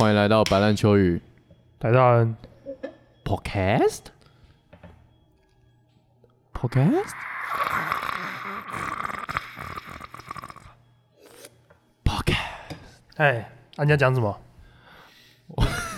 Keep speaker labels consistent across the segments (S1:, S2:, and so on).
S1: 迎来到白烂秋雨
S2: 台大人
S1: Podcast。Podcast。Podcast。
S2: 哎，啊、你要讲什么？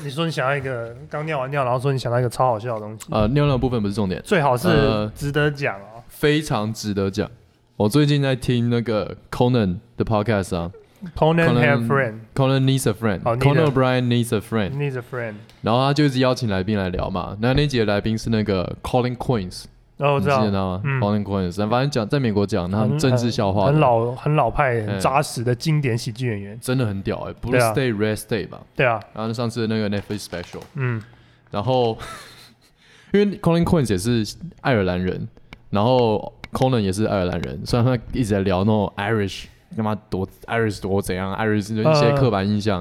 S2: 你说你想要一个刚尿完尿，然后说你想到一个超好笑的东西，
S1: 呃，尿尿的部分不是重点，
S2: 最好
S1: 呃
S2: 是值得讲哦。
S1: 非常值得讲。我最近在听那个 Conan 的 Podcast 啊
S2: Conan
S1: Conan-
S2: have friend,
S1: ，Conan needs a friend，Conan、
S2: 哦 need a-
S1: O'Brien needs a friend。
S2: needs a friend。
S1: 然后他就一直邀请来宾来聊嘛。那那集的来宾是那个 Colin Coins，
S2: 哦，我知
S1: 你
S2: 道
S1: 记得，他吗、
S2: 嗯
S1: c o l i n Coins，反正讲在美国讲他们
S2: 很
S1: 政治笑话，
S2: 很老很老派、
S1: 哎
S2: 很扎实的经典喜剧演员。
S1: 真的很屌哎、b l u
S2: 对
S1: e State
S2: 啊
S1: Red State 吧。
S2: 对啊，
S1: 然后上次的那个 Netflix special，
S2: 嗯，
S1: 然后因为 Colin Coins 也是爱尔兰人，然后 Conan 也是爱尔兰人，虽然他一直在聊那种 Irish，他妈多 Irish 多怎样，Irish 的一些
S2: 呃
S1: 刻板印象，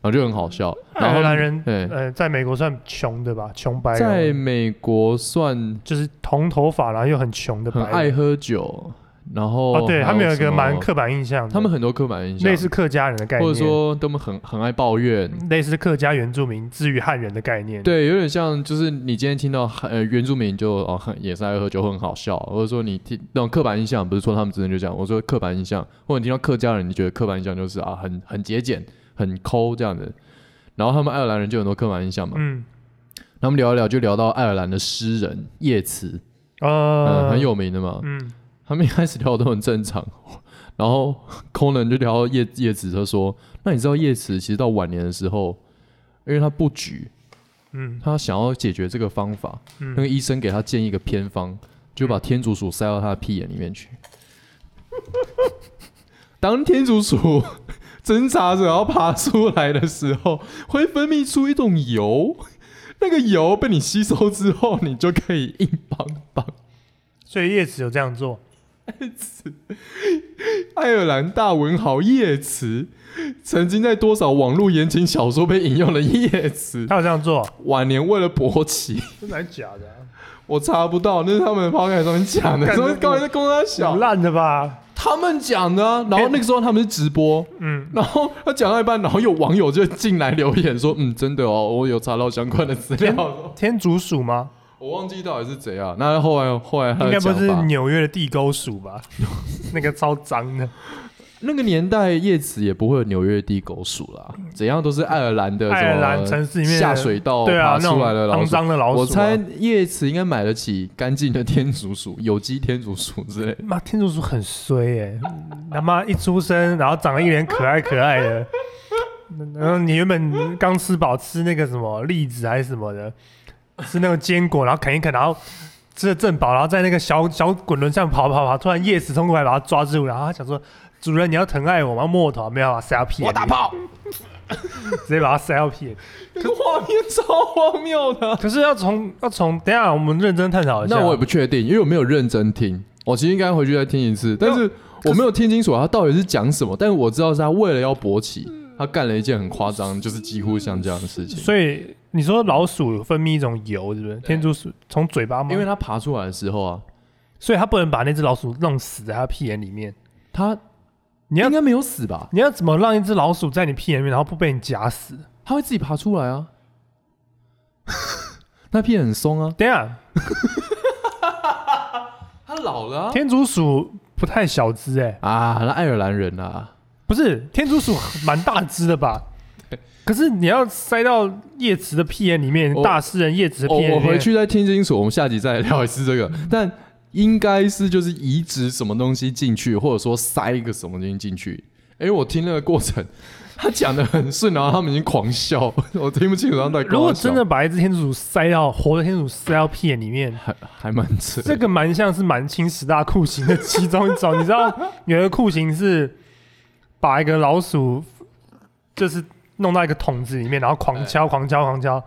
S1: 然后就很好笑。然
S2: 爱
S1: 后
S2: 尔兰人
S1: 对，
S2: 呃，在美国算穷的吧，穷白
S1: 在
S2: 人，
S1: 美国算
S2: 就是红头发，然后又很穷的
S1: 很
S2: 白
S1: 爱
S2: 人。
S1: 喝酒，然后
S2: 哦，对，他们有一
S1: 还
S2: 个
S1: 什么
S2: 蛮，刻板印象的，
S1: 他们很多刻板印象，
S2: 类似客家人的概念，
S1: 或者说他们很很爱抱怨，
S2: 类似客家原住民至于汉人的概念。
S1: 对，有点像就是你今天听到呃原住民就哦很也是爱喝酒，很好笑，或者说你听那种刻板印象，不是说他们真的就这样，我说刻板印象，或者你听到客家人，你觉得刻板印象就是啊很很节俭，很抠这样子。然后他们爱尔兰人就有很多刻板印象嘛，
S2: 嗯，
S1: 他们聊一聊就聊到爱尔兰的诗人叶慈，嗯，
S2: 呃，
S1: 很，有名的嘛，
S2: 嗯，
S1: 他们一开始聊得都很正常，然后空人就聊到叶叶子，他说：“那你知道叶慈其实到晚年的时候，因为他不举，
S2: 嗯
S1: 他想要解决这个方法，那
S2: 嗯，
S1: 个医生给他建议一个偏方，就把天竺鼠塞到他的屁眼里面去。 当天竺鼠挣扎着要爬出来的时候，会分泌出一种油，那个油被你吸收之后，你就可以硬邦邦。”
S2: 所以叶子有这样做，
S1: 爱尔兰大文豪叶慈，曾经在多少网络言情小说被引用的叶慈，
S2: 他有这样做，
S1: 晚年为了勃起，
S2: 真的还是假的啊？
S1: 我查不到，那是他们 p o d 上面讲的，
S2: 干
S1: 他
S2: 这
S1: 们
S2: 不
S1: 刚才在公他小
S2: 腐，烂的吧？
S1: 他们讲的啊、然后那个时候他们是直播，
S2: 嗯，
S1: 然后他讲到一半，然后有网友就进来留言说，嗯，真的哦，我有查到相关的资料，
S2: 天竺鼠吗？
S1: 我忘记到底是怎样。那后来后来他的
S2: 应该不
S1: 讲
S2: 是
S1: 法，
S2: 纽约的地沟鼠吧？ 那个超脏的，
S1: 那个年代叶慈也不会有纽约地狗鼠啦，怎样都是爱尔兰的
S2: 爱尔
S1: 什
S2: 兰
S1: 么
S2: 城市里面的
S1: 下水道
S2: 对啊
S1: 爬，
S2: 那
S1: 出
S2: 种
S1: 来的老
S2: 肮
S1: 鼠。
S2: 脏的老鼠啊。
S1: 我猜叶慈应该买得起干净的天竺鼠、有机天竺鼠之类的。
S2: 妈，天竺鼠很衰哎、他妈一出生，然后长得一脸可爱可爱的，然后你原本刚吃饱吃那个什么栗子还是什么的，吃那个坚果，然后啃一啃，然后吃的正饱，然后在那个小小滚轮上跑跑跑，突然叶子冲过来把它抓住，然后他想说：“主人，你要疼爱我吗？”摸我头，没有啊，塞到屁眼里，
S1: 炮，
S2: 直接把它塞到屁眼。
S1: 这个画面超荒谬的。
S2: 可是要从要从等一下我们认真探讨一下，
S1: 那我也不确定，因为我没有认真听。我其实应该回去再听一次，但是我没有听清楚他到底是讲什么。但是我知道是他为了要勃起，他干了一件很夸张，就是几乎像这样的事情。
S2: 所以你说老鼠有分泌一种油，是不是？天竺鼠从嘴巴吗？
S1: 因为他爬出来的时候啊，
S2: 所以他不能把那只老鼠弄死在他屁眼里面。
S1: 他
S2: 你要
S1: 应该没有死吧？
S2: 你要怎么让一只老鼠在你屁眼里面，然后不被你夹死？
S1: 他会自己爬出来 啊。那片很松啊，
S2: 等一下，
S1: 他老了啊。
S2: 天竺鼠不太小只哎、
S1: 啊，那爱尔兰人啊，
S2: 不是天竺鼠蛮大只 的吧？可是你要塞到叶慈的屁眼里面，
S1: 我
S2: 大诗人叶慈的
S1: 我
S2: 屁眼里
S1: 哦我
S2: 面，
S1: 回去再听清楚，我们下集再来聊一次这个。但应该是就是移植什么东西进去，或者说塞一个什么东西进去。哎、我听那个过程，他讲的很顺，然后他们已经狂笑，我听不清楚他们在干嘛
S2: 如果
S1: 笑
S2: 真的把一只天竺鼠塞到活的天竺鼠塞到屁眼里面，
S1: 还还蛮扯，
S2: 这个蛮像是满清十大酷刑的其中一种。你知道有一个酷刑是把一个老鼠就是弄到一个桶子里面，然后狂敲、狂敲、狂敲，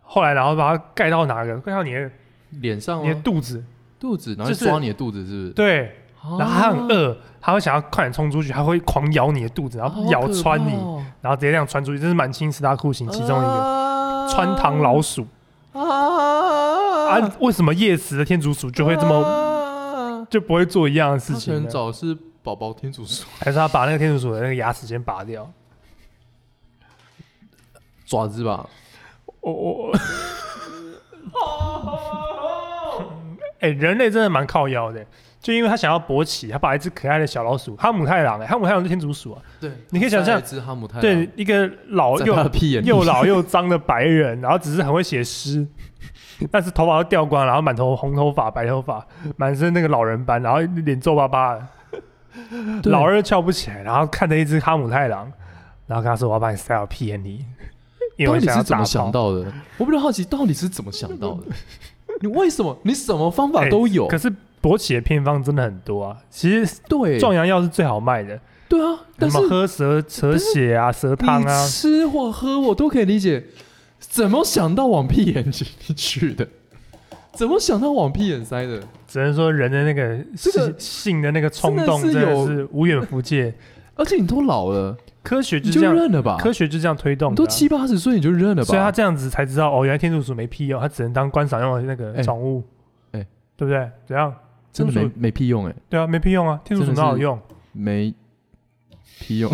S2: 后来然后把它盖到哪个？盖到你的
S1: 脸上
S2: 你的
S1: 吗
S2: 肚子。
S1: 肚子，然后
S2: 就是
S1: 抓你的肚子是不是？
S2: 对，
S1: 啊
S2: 然后它很饿，它会想要快点冲出去，它会狂咬你的肚子，然
S3: 哦
S1: 哦
S2: 后咬穿你，然后直接这样穿出去。这是满清十大酷刑其中一个。
S3: 啊
S1: 个
S2: 穿膛老鼠啊
S1: 啊，，
S2: 为什么夜食的天竺鼠就会这么
S1: 么
S2: 就不会做一样的事
S1: 之
S2: 情
S1: 前
S2: 呢？
S1: 找是宝宝天竺鼠。
S2: 还是他把那个天竺鼠的那个牙齿先拔掉？
S1: 爪子 吧？
S2: 我我， 哎、人类真的蛮靠腰的，就因为他想要勃起，他把一只可爱的小老鼠哈姆太郎，哎，哈姆太郎是天竺鼠啊，
S1: 对，
S2: 你可以想象
S1: 塞一只哈姆太郎
S2: 对，一个老
S1: 哎在他的
S2: 又
S1: 屁眼里
S2: 又老又脏的白人，然后只是很会 写诗，但是头发都掉光，然后满头红头发、白头发，满身那个老人斑，然后脸皱巴巴的，
S1: 对
S2: 老二又翘不起来，然后看着一只哈姆太郎，然后跟他说：“我要把你塞到屁眼里。”因为
S1: 到
S2: 我
S1: 底
S2: 想
S1: 是
S2: 要
S1: 怎
S2: 打
S1: 么
S2: 炮
S1: 想到的？我比较好奇，到底是怎么想到 的？你为什么？你什么方法都有？
S2: 哎可是勃起的偏方真的很多啊，其实
S1: 对，
S2: 壮阳药是最好卖的，
S1: 对啊，但
S2: 什
S1: 是
S2: 么喝蛇蛇血啊、蛇汤啊
S1: 你，吃或喝我都可以理解，怎么想到往屁眼里去的？怎么想到往屁眼塞的？
S2: 只能说人的那个
S1: 这个
S2: 性性的那个冲
S1: 真的
S2: 动
S1: 是
S2: 真的
S1: 有
S2: 是无远 弗届。
S1: 而且你都老了，
S2: 科学就
S1: 你
S2: 是
S1: 就
S2: 这样，
S1: 认了吧。
S2: 科学就这样推动
S1: 你
S2: 的
S1: 都
S2: 啊、
S1: 七八十岁，你就认了吧。
S2: 所以他这样子才知道哦，原来天竺鼠没屁用，它只能当观赏用的那个
S1: 哎
S2: 宠物，
S1: 哎
S2: 对不对？怎样？
S1: 真的
S2: 天
S1: 没
S2: 竺鼠
S1: 没屁用哎、
S2: 对啊，没屁用啊，天竺鼠
S1: 真的
S2: 哪有
S1: 是
S2: 用？
S1: 没屁用。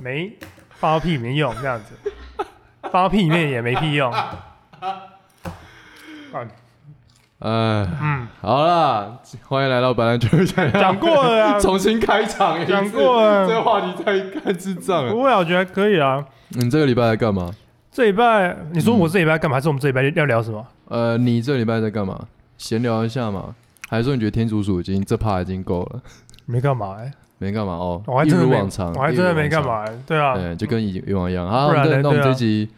S2: 没放到屁里面用这样子， 放到屁里面也没屁用。啊
S1: 哎，
S2: 嗯，
S1: 好啦，欢迎来到本来就是想要
S2: 讲过了啊，
S1: 重新开场一次
S2: 讲过了
S1: 这个话题太太智障
S2: 不
S1: 了。
S2: 会啊，我觉得还可以啊。
S1: 你这个礼拜在干嘛？
S2: 这礼拜你说
S1: 嗯
S2: 我这礼拜干嘛？还是我们这礼拜要聊什么？
S1: 呃，你这礼拜在干嘛？闲聊一下嘛，还是说你觉得天竺鼠已经这趴已经够了，
S2: 没干嘛哎，
S1: 没干嘛哦？
S2: 我还
S1: 一
S2: 真的
S1: 如
S2: 没
S1: 往常，
S2: 我还真的
S1: 一如往常
S2: 没干。嘛哎。对啊，
S1: 对，就跟以以往一样。好，
S2: 不然
S1: 那
S2: 呢
S1: 那我们
S2: 对
S1: 这
S2: 啊
S1: 集，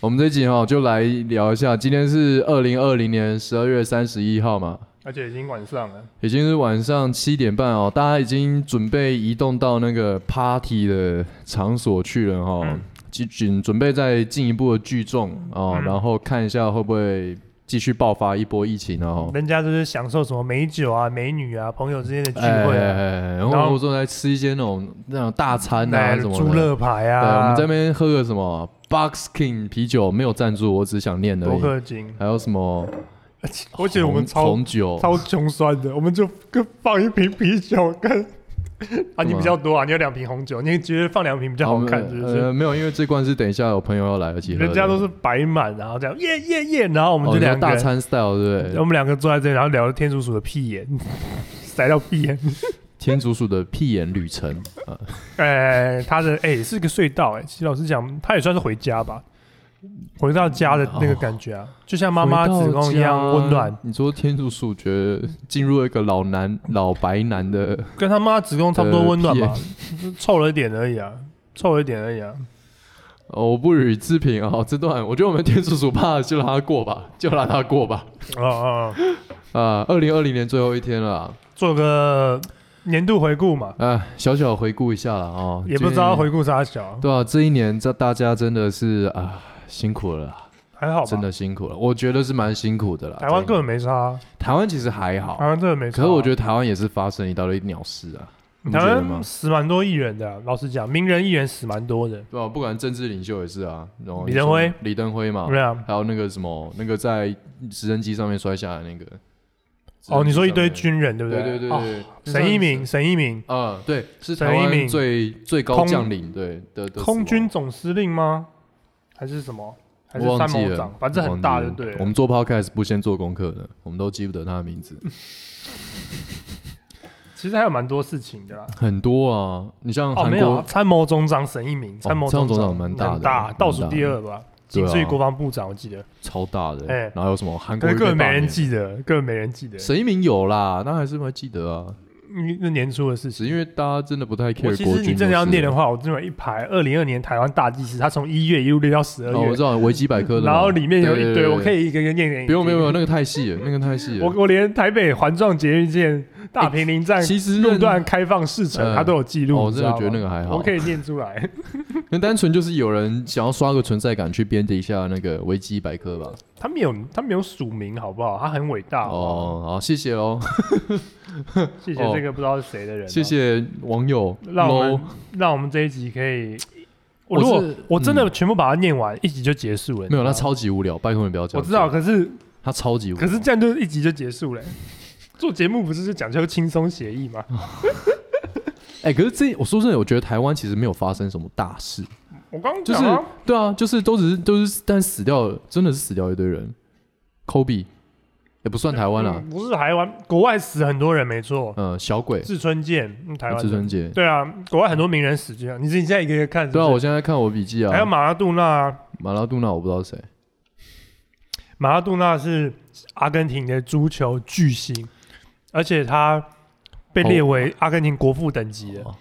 S1: 我们这集哈就来聊一下，今天是二零二零年十二月三十一号嘛，
S2: 而且已经晚上了。
S1: 已经是晚上七点半哦，大家已经准备移动到那个 party 的场所去了哈、哦
S2: 嗯，
S1: 就准准备再进一步的聚众哦，
S2: 嗯
S1: 然后看一下会不会继续爆发一波疫情哦。
S2: 人家就是享受什么美酒啊、美女啊、朋友之间的聚
S1: 哎哎
S2: 会
S1: 哎
S2: 啊，
S1: 哎然
S2: 然后
S1: 后我说来吃一些那种那种大餐啊
S2: 哎
S1: 什么
S2: 猪
S1: 的，
S2: 肋排
S1: 对，
S2: 啊，
S1: 我们在那边喝个什么 Box King 啤酒，没有赞助，我只是想念而
S2: 多
S1: 已。
S2: 氪金，
S1: 还有什么
S2: 而且我们
S1: 红
S2: 超
S1: 红酒，
S2: 超穷酸的，我们就跟放一瓶啤酒 跟啊，你比较多啊，你有两瓶红酒，你觉得放两瓶比较好看，是不是？
S1: 呃，没有，因为这罐是等一下有朋友要来而且
S2: 人家都是摆满，然后这样耶耶耶，然后我
S1: 我
S2: 们就两个
S1: 哦大
S2: 人，
S1: 餐 style，对不对？
S2: 我们两个坐在这里，然后聊天竺鼠的屁眼， 塞到屁眼，
S1: 天竺鼠的屁眼旅程，呃，
S2: 哎，他的哎是个隧道，哎，其实老实讲，他也算是回家吧。回到家的那个感觉啊，就像妈妈子宫一样温暖
S1: 回到家，。你说天竺鼠觉得进入一个老男老白男的，
S2: 跟他妈子宫差不多温暖吧
S1: 呃，
S2: 臭了一点而已啊，臭了一点而已啊。
S1: 哦我不予置评啊、哦。这段我觉得我们天竺鼠怕就让他过吧，就让他过吧。
S2: 哦哦，哦
S1: 啊、2二零二零年最后一天了啊，
S2: 做个年度回顾嘛，
S1: 呃，小小回顾一下了哦。
S2: 也不知道
S1: 今
S2: 回顾啥小，
S1: 对啊，这一年这大家真的是啊辛苦了啊，
S2: 还好吧。
S1: 真的辛苦了，我觉得是蛮辛苦的啦。
S2: 台湾
S1: 真
S2: 根
S1: 的
S2: 本没差，啊
S1: 台湾其实还好
S2: 台，湾真的没差。啊
S1: 可是我觉
S2: 得
S1: 得台湾也是发生一大堆鸟事啊，你不
S2: 台
S1: 觉得吗
S2: 湾？死蛮多艺人的啊，老实讲，名人艺人死蛮多的。
S1: 对啊，不管政治领袖也是啊，然后
S2: 李登辉
S1: 你说李登辉嘛，
S2: 对啊，
S1: 还有那个什么，那个在直升机上面摔下来那个。
S2: 哦，你说一堆
S1: 直升机
S2: 军人对不
S1: 上面，
S2: 对
S1: 对对
S2: 哦
S1: 对对，
S2: 沈一鸣，
S1: 鸣，
S2: 沈一鸣，
S1: 啊，对，是
S2: 沈
S1: 台
S2: 一
S1: 湾
S2: 鸣
S1: 最最高
S2: 空
S1: 将领，对的的
S2: 空军
S1: 死
S2: 总司令吗？还是什么？还
S1: 亡，
S2: 是
S1: 我
S2: 参
S1: 忘记
S2: 谋
S1: 了
S2: 长？，反正很
S1: 忘
S2: 大
S1: 记
S2: 的
S1: 了
S2: 对了。
S1: 我们做 podcast 不先做功课的，我们都记不得他的名字，
S2: 其实还有蛮多事情的啦。
S1: 很多啊。你像
S2: 哦，
S1: 韩
S2: 没有
S1: 国
S2: 啊，参谋总长沈一鸣，参谋
S1: 参谋
S2: 总
S1: 总长蛮大的
S2: 很
S1: 蛮大的
S2: 倒数第二吧，
S1: 对
S2: 仅
S1: 啊
S2: 次于国防部长，我记得。
S1: 超大的
S2: 哎，
S1: 然后有什么韩
S2: 可
S1: 国
S2: 是
S1: 被
S2: 根本没
S1: 罢
S2: 人
S1: 免，
S2: 记得，根本没人记得，
S1: 沈一鸣有啦，那还是会记得啊。
S2: 嗯那年初的事
S1: 只
S2: 情。
S1: 因为大家真的不太 care
S2: 我
S1: 国
S2: 其
S1: 军。
S2: 实你真的要念的，话，我这边有一排二零二年台湾大祭司，他从一月一路列到十二
S1: 哦，我
S2: 月
S1: 知，道维基百科的嘛，
S2: 然后里面有一
S1: 对
S2: 堆，我
S1: 对
S2: 可。
S1: 对对
S2: 以一个一个念给你。
S1: 不用不用不用，，那个太细了，那个太细了。
S2: 我我连台北环状捷运线、大平林站
S1: 其实
S2: 路
S1: 认
S2: 段开放试乘，
S1: 呃
S2: 他都有记录。
S1: 哦我
S2: 你
S1: 真
S2: 知
S1: 的
S2: 道吗
S1: 觉得那个还好
S2: 我可，以念出来。
S1: 那单纯就是有人想要刷个存在感去编辑一下那个维基百科吧。
S2: 他没有他没有署名，好不好？他很伟大。哦，
S1: 哦，好，谢谢哦，
S2: 谢谢
S1: 哦
S2: 这个不知道是谁的人 啊。
S1: 谢谢网友。
S2: 让我们
S1: Low
S2: 让我们这一集可以，我
S1: 我
S2: 如果
S1: 是嗯
S2: 我真的全部把它念完，一集就结束了。
S1: 没有，那
S2: 你知道吗
S1: 超级啊无聊，拜托你不要这
S2: 我
S1: 样。
S2: 知道，，可是
S1: 他超级无聊。
S2: 可是这样就一集就结束了。做节目不是就讲究轻松写意
S1: 嗯
S2: 吗？
S1: 哎，可是这我说真的，我觉得台湾其实没有发生什么大事，
S2: 我刚
S1: 就
S2: 讲
S1: 是
S2: 啊，
S1: 对啊，就是都只是都是，但死掉了，真的是死掉一堆人。科比也不算台湾啊啦
S2: 嗯，不是台湾，国外死很多人没错，
S1: 呃，小鬼、
S2: 志村健，嗯台湾
S1: 志
S2: 的，
S1: 尊杰，
S2: 对啊，国外很多名人死这样，你自己现在一个一个看是不
S1: 对啊，
S2: 是，
S1: 我现在看我笔记
S2: 还有
S1: 啊，
S2: 马拉杜纳啊，
S1: 马拉杜纳我不知道是谁，
S2: 马拉杜纳是阿根廷的足球巨星，而且他被列为阿根廷国父等级的。
S1: 哦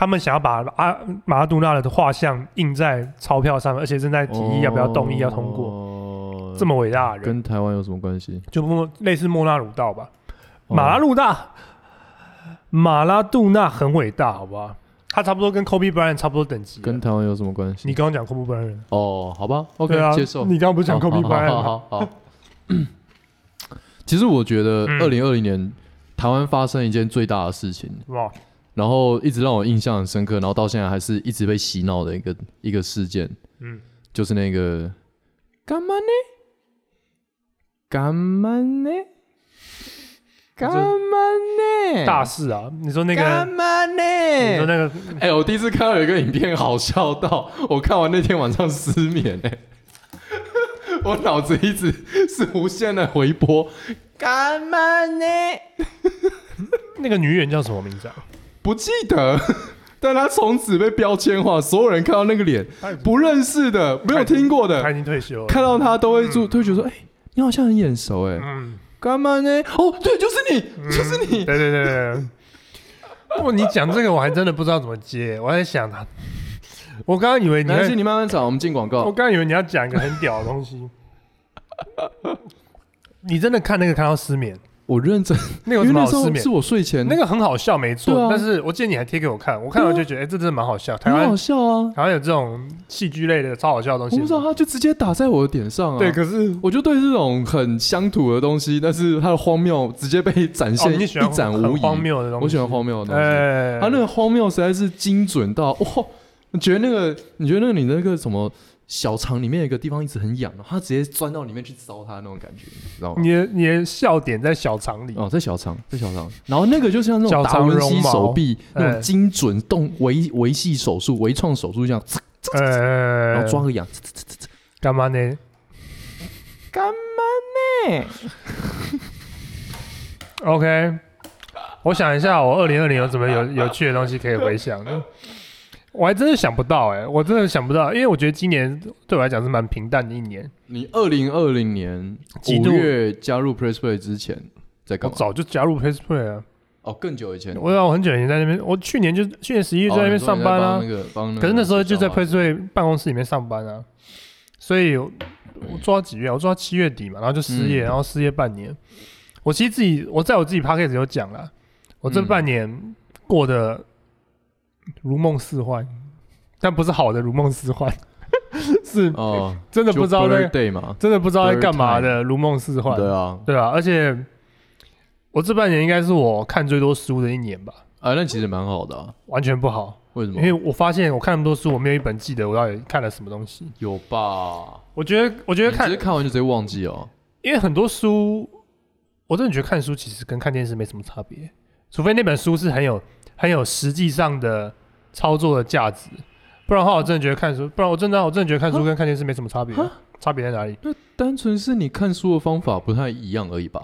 S2: 他们想要把阿马拉杜纳的画像印在钞票上面，而且正在提议要不要动议要通过。
S1: 哦过
S2: 这么伟大的人，
S1: 跟台湾有什么关系？
S2: 就莫类似莫纳鲁道吧？
S1: 哦
S2: 马拉杜纳，马拉杜纳很伟大，好不好？他差不多跟 Kobe Bryant 差不多等级的。
S1: 跟台湾有什么关系？
S2: 你刚刚讲 Kobe Bryant，
S1: 哦，好吧，OK，
S2: 对啊，
S1: 接受。
S2: 你刚刚不是讲
S1: 好
S2: Kobe
S1: 好好
S2: Bryant？
S1: 好
S2: 吗
S1: 好好 其实我觉得
S2: 嗯
S1: 二零二零年台湾发生一件最大的事情，
S2: 哇，
S1: 然后一直让我印象很深刻，然后到现在还是一直被洗脑的一个一个事件，
S2: 嗯，
S1: 就是那个干嘛呢？干嘛呢？干嘛呢？
S2: 大事啊！你说那
S1: 哎干
S2: 个，
S1: 嘛呢？
S2: 你说那个
S1: 哎、我第一次看到有一个影片，好笑到我看完那天晚上失眠哎、 我脑子一直是无限的回波。干嘛呢？
S2: 那个女演员叫什么名字啊？
S1: 不记得， 但他从此被标签化，所有人看到那个脸，哎不认识的、没有听过
S2: 她
S1: 的，
S2: 已经退休了。
S1: 看到他都会就都会觉得说，哎、你好像很眼熟哎、
S2: 嗯，
S1: 干嘛呢？哦，对，就是你， 就是
S2: 对
S1: 你。
S2: 对对对对。不过你讲这个，我还真的不知道怎么接。我在想他，我刚刚以为你哦
S1: 没关系，
S2: 会，
S1: 你慢哦慢找，我们进广
S2: 我
S1: 告。
S2: 刚刚以为你要讲一个很屌的东 西。你真的看那个看到失眠，
S1: 我认真，
S2: 那个
S1: 因为
S2: 有什么
S1: 那
S2: 好
S1: 时
S2: 失
S1: 候
S2: 眠
S1: 是？我睡前
S2: 那个很好笑，没
S1: 对
S2: 错
S1: 啊。
S2: 但是我记得你还贴给我看，我看了
S1: 对啊
S2: 就觉得，哎，这真的蛮好笑。台
S1: 很
S2: 湾
S1: 好笑啊。
S2: 好像有这种戏剧类的超好笑的东
S1: 我
S2: 西
S1: 不知。道，他就直接打在我的点上啊。
S2: 对，可是
S1: 我就对这种很乡土的东西，但是它的荒谬直接被展
S2: 哦，
S1: 现、
S2: 你喜欢
S1: 一展无遗。
S2: 很荒谬的东西？
S1: 我喜欢荒谬的东西，
S2: 哎，
S1: 他、那个荒谬实在是精准到哇！你觉得那个，你觉得那个你那个什么小肠里面有一个地方一直很痒，然后他直接钻到里面去搔它那种感觉，你知道吗？
S2: 你的你的笑点在小肠里，
S1: 哦，在小肠，在小肠，然后那个就像那种
S2: 小
S1: 达
S2: 肠
S1: 文
S2: 绒
S1: 西
S2: 毛
S1: 手臂那
S2: 哎
S1: 种精准动维维系手术、微创手术这样，
S2: 哎呃，
S1: 然后抓个痒，
S2: 干嘛呢？
S1: 干嘛呢？
S2: OK，我想一下，我二零二零有什 么有有趣的东西可以回想呢？我还真的想不到哎、我真的想不到，因为我觉得今年对我来讲是蛮平淡的一年。
S1: 你二零二零年
S2: 极
S1: 五
S2: 度
S1: 月加入 Press Play 之前在
S2: 我
S1: 干嘛？
S2: 早就加入 Facebook 了，啊
S1: 哦，更久以前。
S2: 我我很久以前在那边，我去年就去年十一月就在那边上班
S1: 哦
S2: 啊
S1: 你，说你在帮那个帮个
S2: 可是那时候就在
S1: 学
S2: Facebook 办公室里面上班啊，所以我我做到几月啊？我做到七月底嘛，然后就失业，
S1: 嗯
S2: 然后失业半年。我其实自己，我在我自己 p o c a s t 有讲啦，我这
S1: 嗯
S2: 半年过得如梦似幻，但不是好的如梦似幻， 是
S1: 校嘛哦，
S2: 真的
S1: 就
S2: 不知道在
S1: Birthday 嘛，
S2: 真的不知道在干嘛的如梦似幻，
S1: 对啊，
S2: 对吧？而且我这半年应该是我看最多书的一年吧，
S1: 啊，那其实蛮好的啊，
S2: 完全不好，
S1: 为什么
S2: 因？为我发现我看那么多书，我没有一本记得我到底看了什么东西。
S1: 有吧？
S2: 我觉得，我觉
S1: 你
S2: 得
S1: 直
S2: 看
S1: 接，看完就直接忘记哦。
S2: 因为很多书，我真的觉得看书其实跟看电视没什么差别，除非那本书是很有很有实际上的操作的价值，不然的话，我真的觉得看书，不然我真的我真的觉得看书跟看电视没什么差别
S1: 啊，
S2: 差别在哪里？
S1: 那单纯是你看书的方法不太一样而已吧？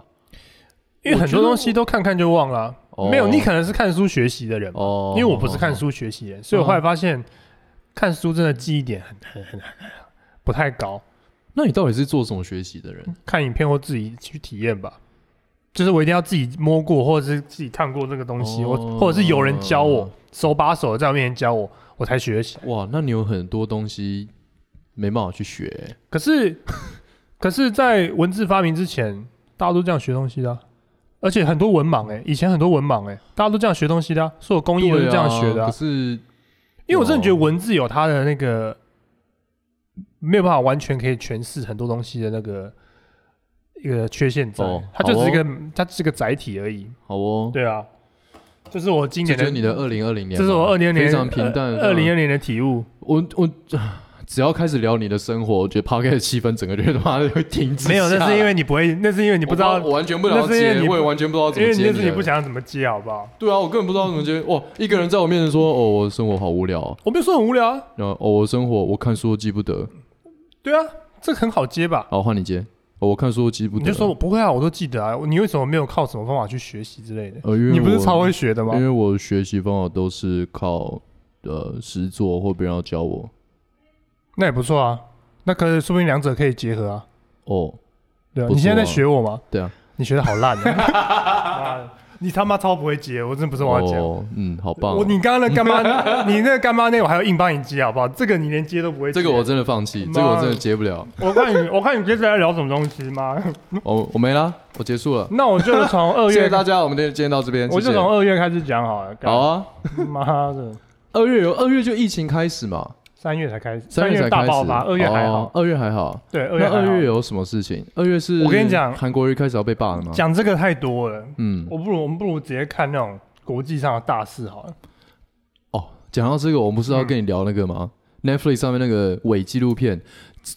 S2: 因为很多东西都看看就忘了啊、
S1: 哦
S2: 没有你可能是看书学习的人嘛，
S1: 哦，
S2: 因为我不是看书学习人，所以我后来发现看书真的记忆点很很很很不太高，
S1: 那你到底是做什么学习的人？
S2: 看影片或自己去体验吧。就是我一定要自己摸过，或者是自己看过这个东西，
S1: 哦
S2: 我或者是有人教我，手把手地在我面前教我，我才学起来。
S1: 哇，那你有很多东西没办法去学欸。
S2: 可是，可是在文字发明之前，大家都这样学东西的啊、而且很多文盲哎、以前很多文盲哎、大家都这样学东西的、啊，所有工艺都是
S1: 对
S2: 这样学
S1: 啊，
S2: 的、啊
S1: 可是
S2: 因为我真的觉得文字有它的那个没有办法完全可以诠释很多东西的那个一个缺陷在，
S1: 哦
S2: 它就只是一
S1: 好
S2: 个、它只是个载体而已。
S1: 好哦，
S2: 对啊，这是我今
S1: 这
S2: 年
S1: 就
S2: 的，
S1: 是你的二零二零年吗，
S2: 呃这是我二零年
S1: 非常平淡的。
S2: 二零二零的体悟。
S1: 嗯我我只要开始聊你的生活，我觉得 p o d c a s 气氛整个就他妈的会停止下
S2: 没
S1: 来。
S2: 有，那是因为你不会，那是因为你
S1: 你
S2: 不知道，
S1: 我完全不了
S2: 那是因为
S1: 解，
S2: 你不
S1: 我也完全不知道怎
S2: 因
S1: 么
S2: 为
S1: 接
S2: 那
S1: 你
S2: 是
S1: 的
S2: 你不想怎么接，好不好？
S1: 对啊，我根本不知道怎么接。哇，一个人在我面前说：“哦，我生活好无聊哦。
S2: 我没有说很无聊啊，”
S1: 然后：“哦，我生活我看书都记不得。
S2: 对啊，这个很好接吧”？
S1: 好，换你接。哦，我看书都记不
S2: 你
S1: 得。
S2: 就说我不会啊，我都记得啊，你为什么没有靠什么方法去学习之类的？
S1: 呃，因为
S2: 你不是
S1: 我
S2: 超会学的吗？
S1: 因为我学习方法都是靠呃实做或别人要教我。
S2: 那也不错啊，那可是说不定两者可以结合啊。
S1: 哦，
S2: 对啊，
S1: 不错啊
S2: 你现在在学我吗？
S1: 对啊，
S2: 你学的好烂啊 妈的！你他妈超不会接，我真不是我要讲。
S1: 哦，嗯，好棒哦、
S2: 我你刚刚那干妈，你那个干妈那我还要硬帮你接好不好？这个你连接都不会
S1: 这
S2: 接。
S1: 个我真的放弃，
S2: 妈
S1: 这个我真的接不了。
S2: 我看你我看你接下来聊什么东西吗？
S1: 哦，我没啦，我结束了。
S2: 那我就从二
S1: 谢谢
S2: 月，
S1: 大家，我们今天今天到这边，
S2: 我
S1: 谢谢
S2: 就从。二月开始讲好了。干
S1: 好，啊，
S2: 妈的，
S1: 二月有二月就疫情开始嘛，
S2: 三月才开始，
S1: 三月才
S2: 大
S1: 开始
S2: 爆发，，二月还
S1: 哦
S2: 好。，
S1: 二月还好。
S2: 对，二月
S1: 那
S2: 还
S1: 二月
S2: 好。
S1: 有什么事情？二月是
S2: 我跟你讲
S1: 韩国瑜开始要被罢了吗？
S2: 讲这个太多了，
S1: 嗯，
S2: 我不如我们不如直接看那种国际上的大事好了。
S1: 哦，讲到这个，我们不是要
S2: 嗯
S1: 跟你聊那个吗、n e t f l i x 上面那个伪纪录片，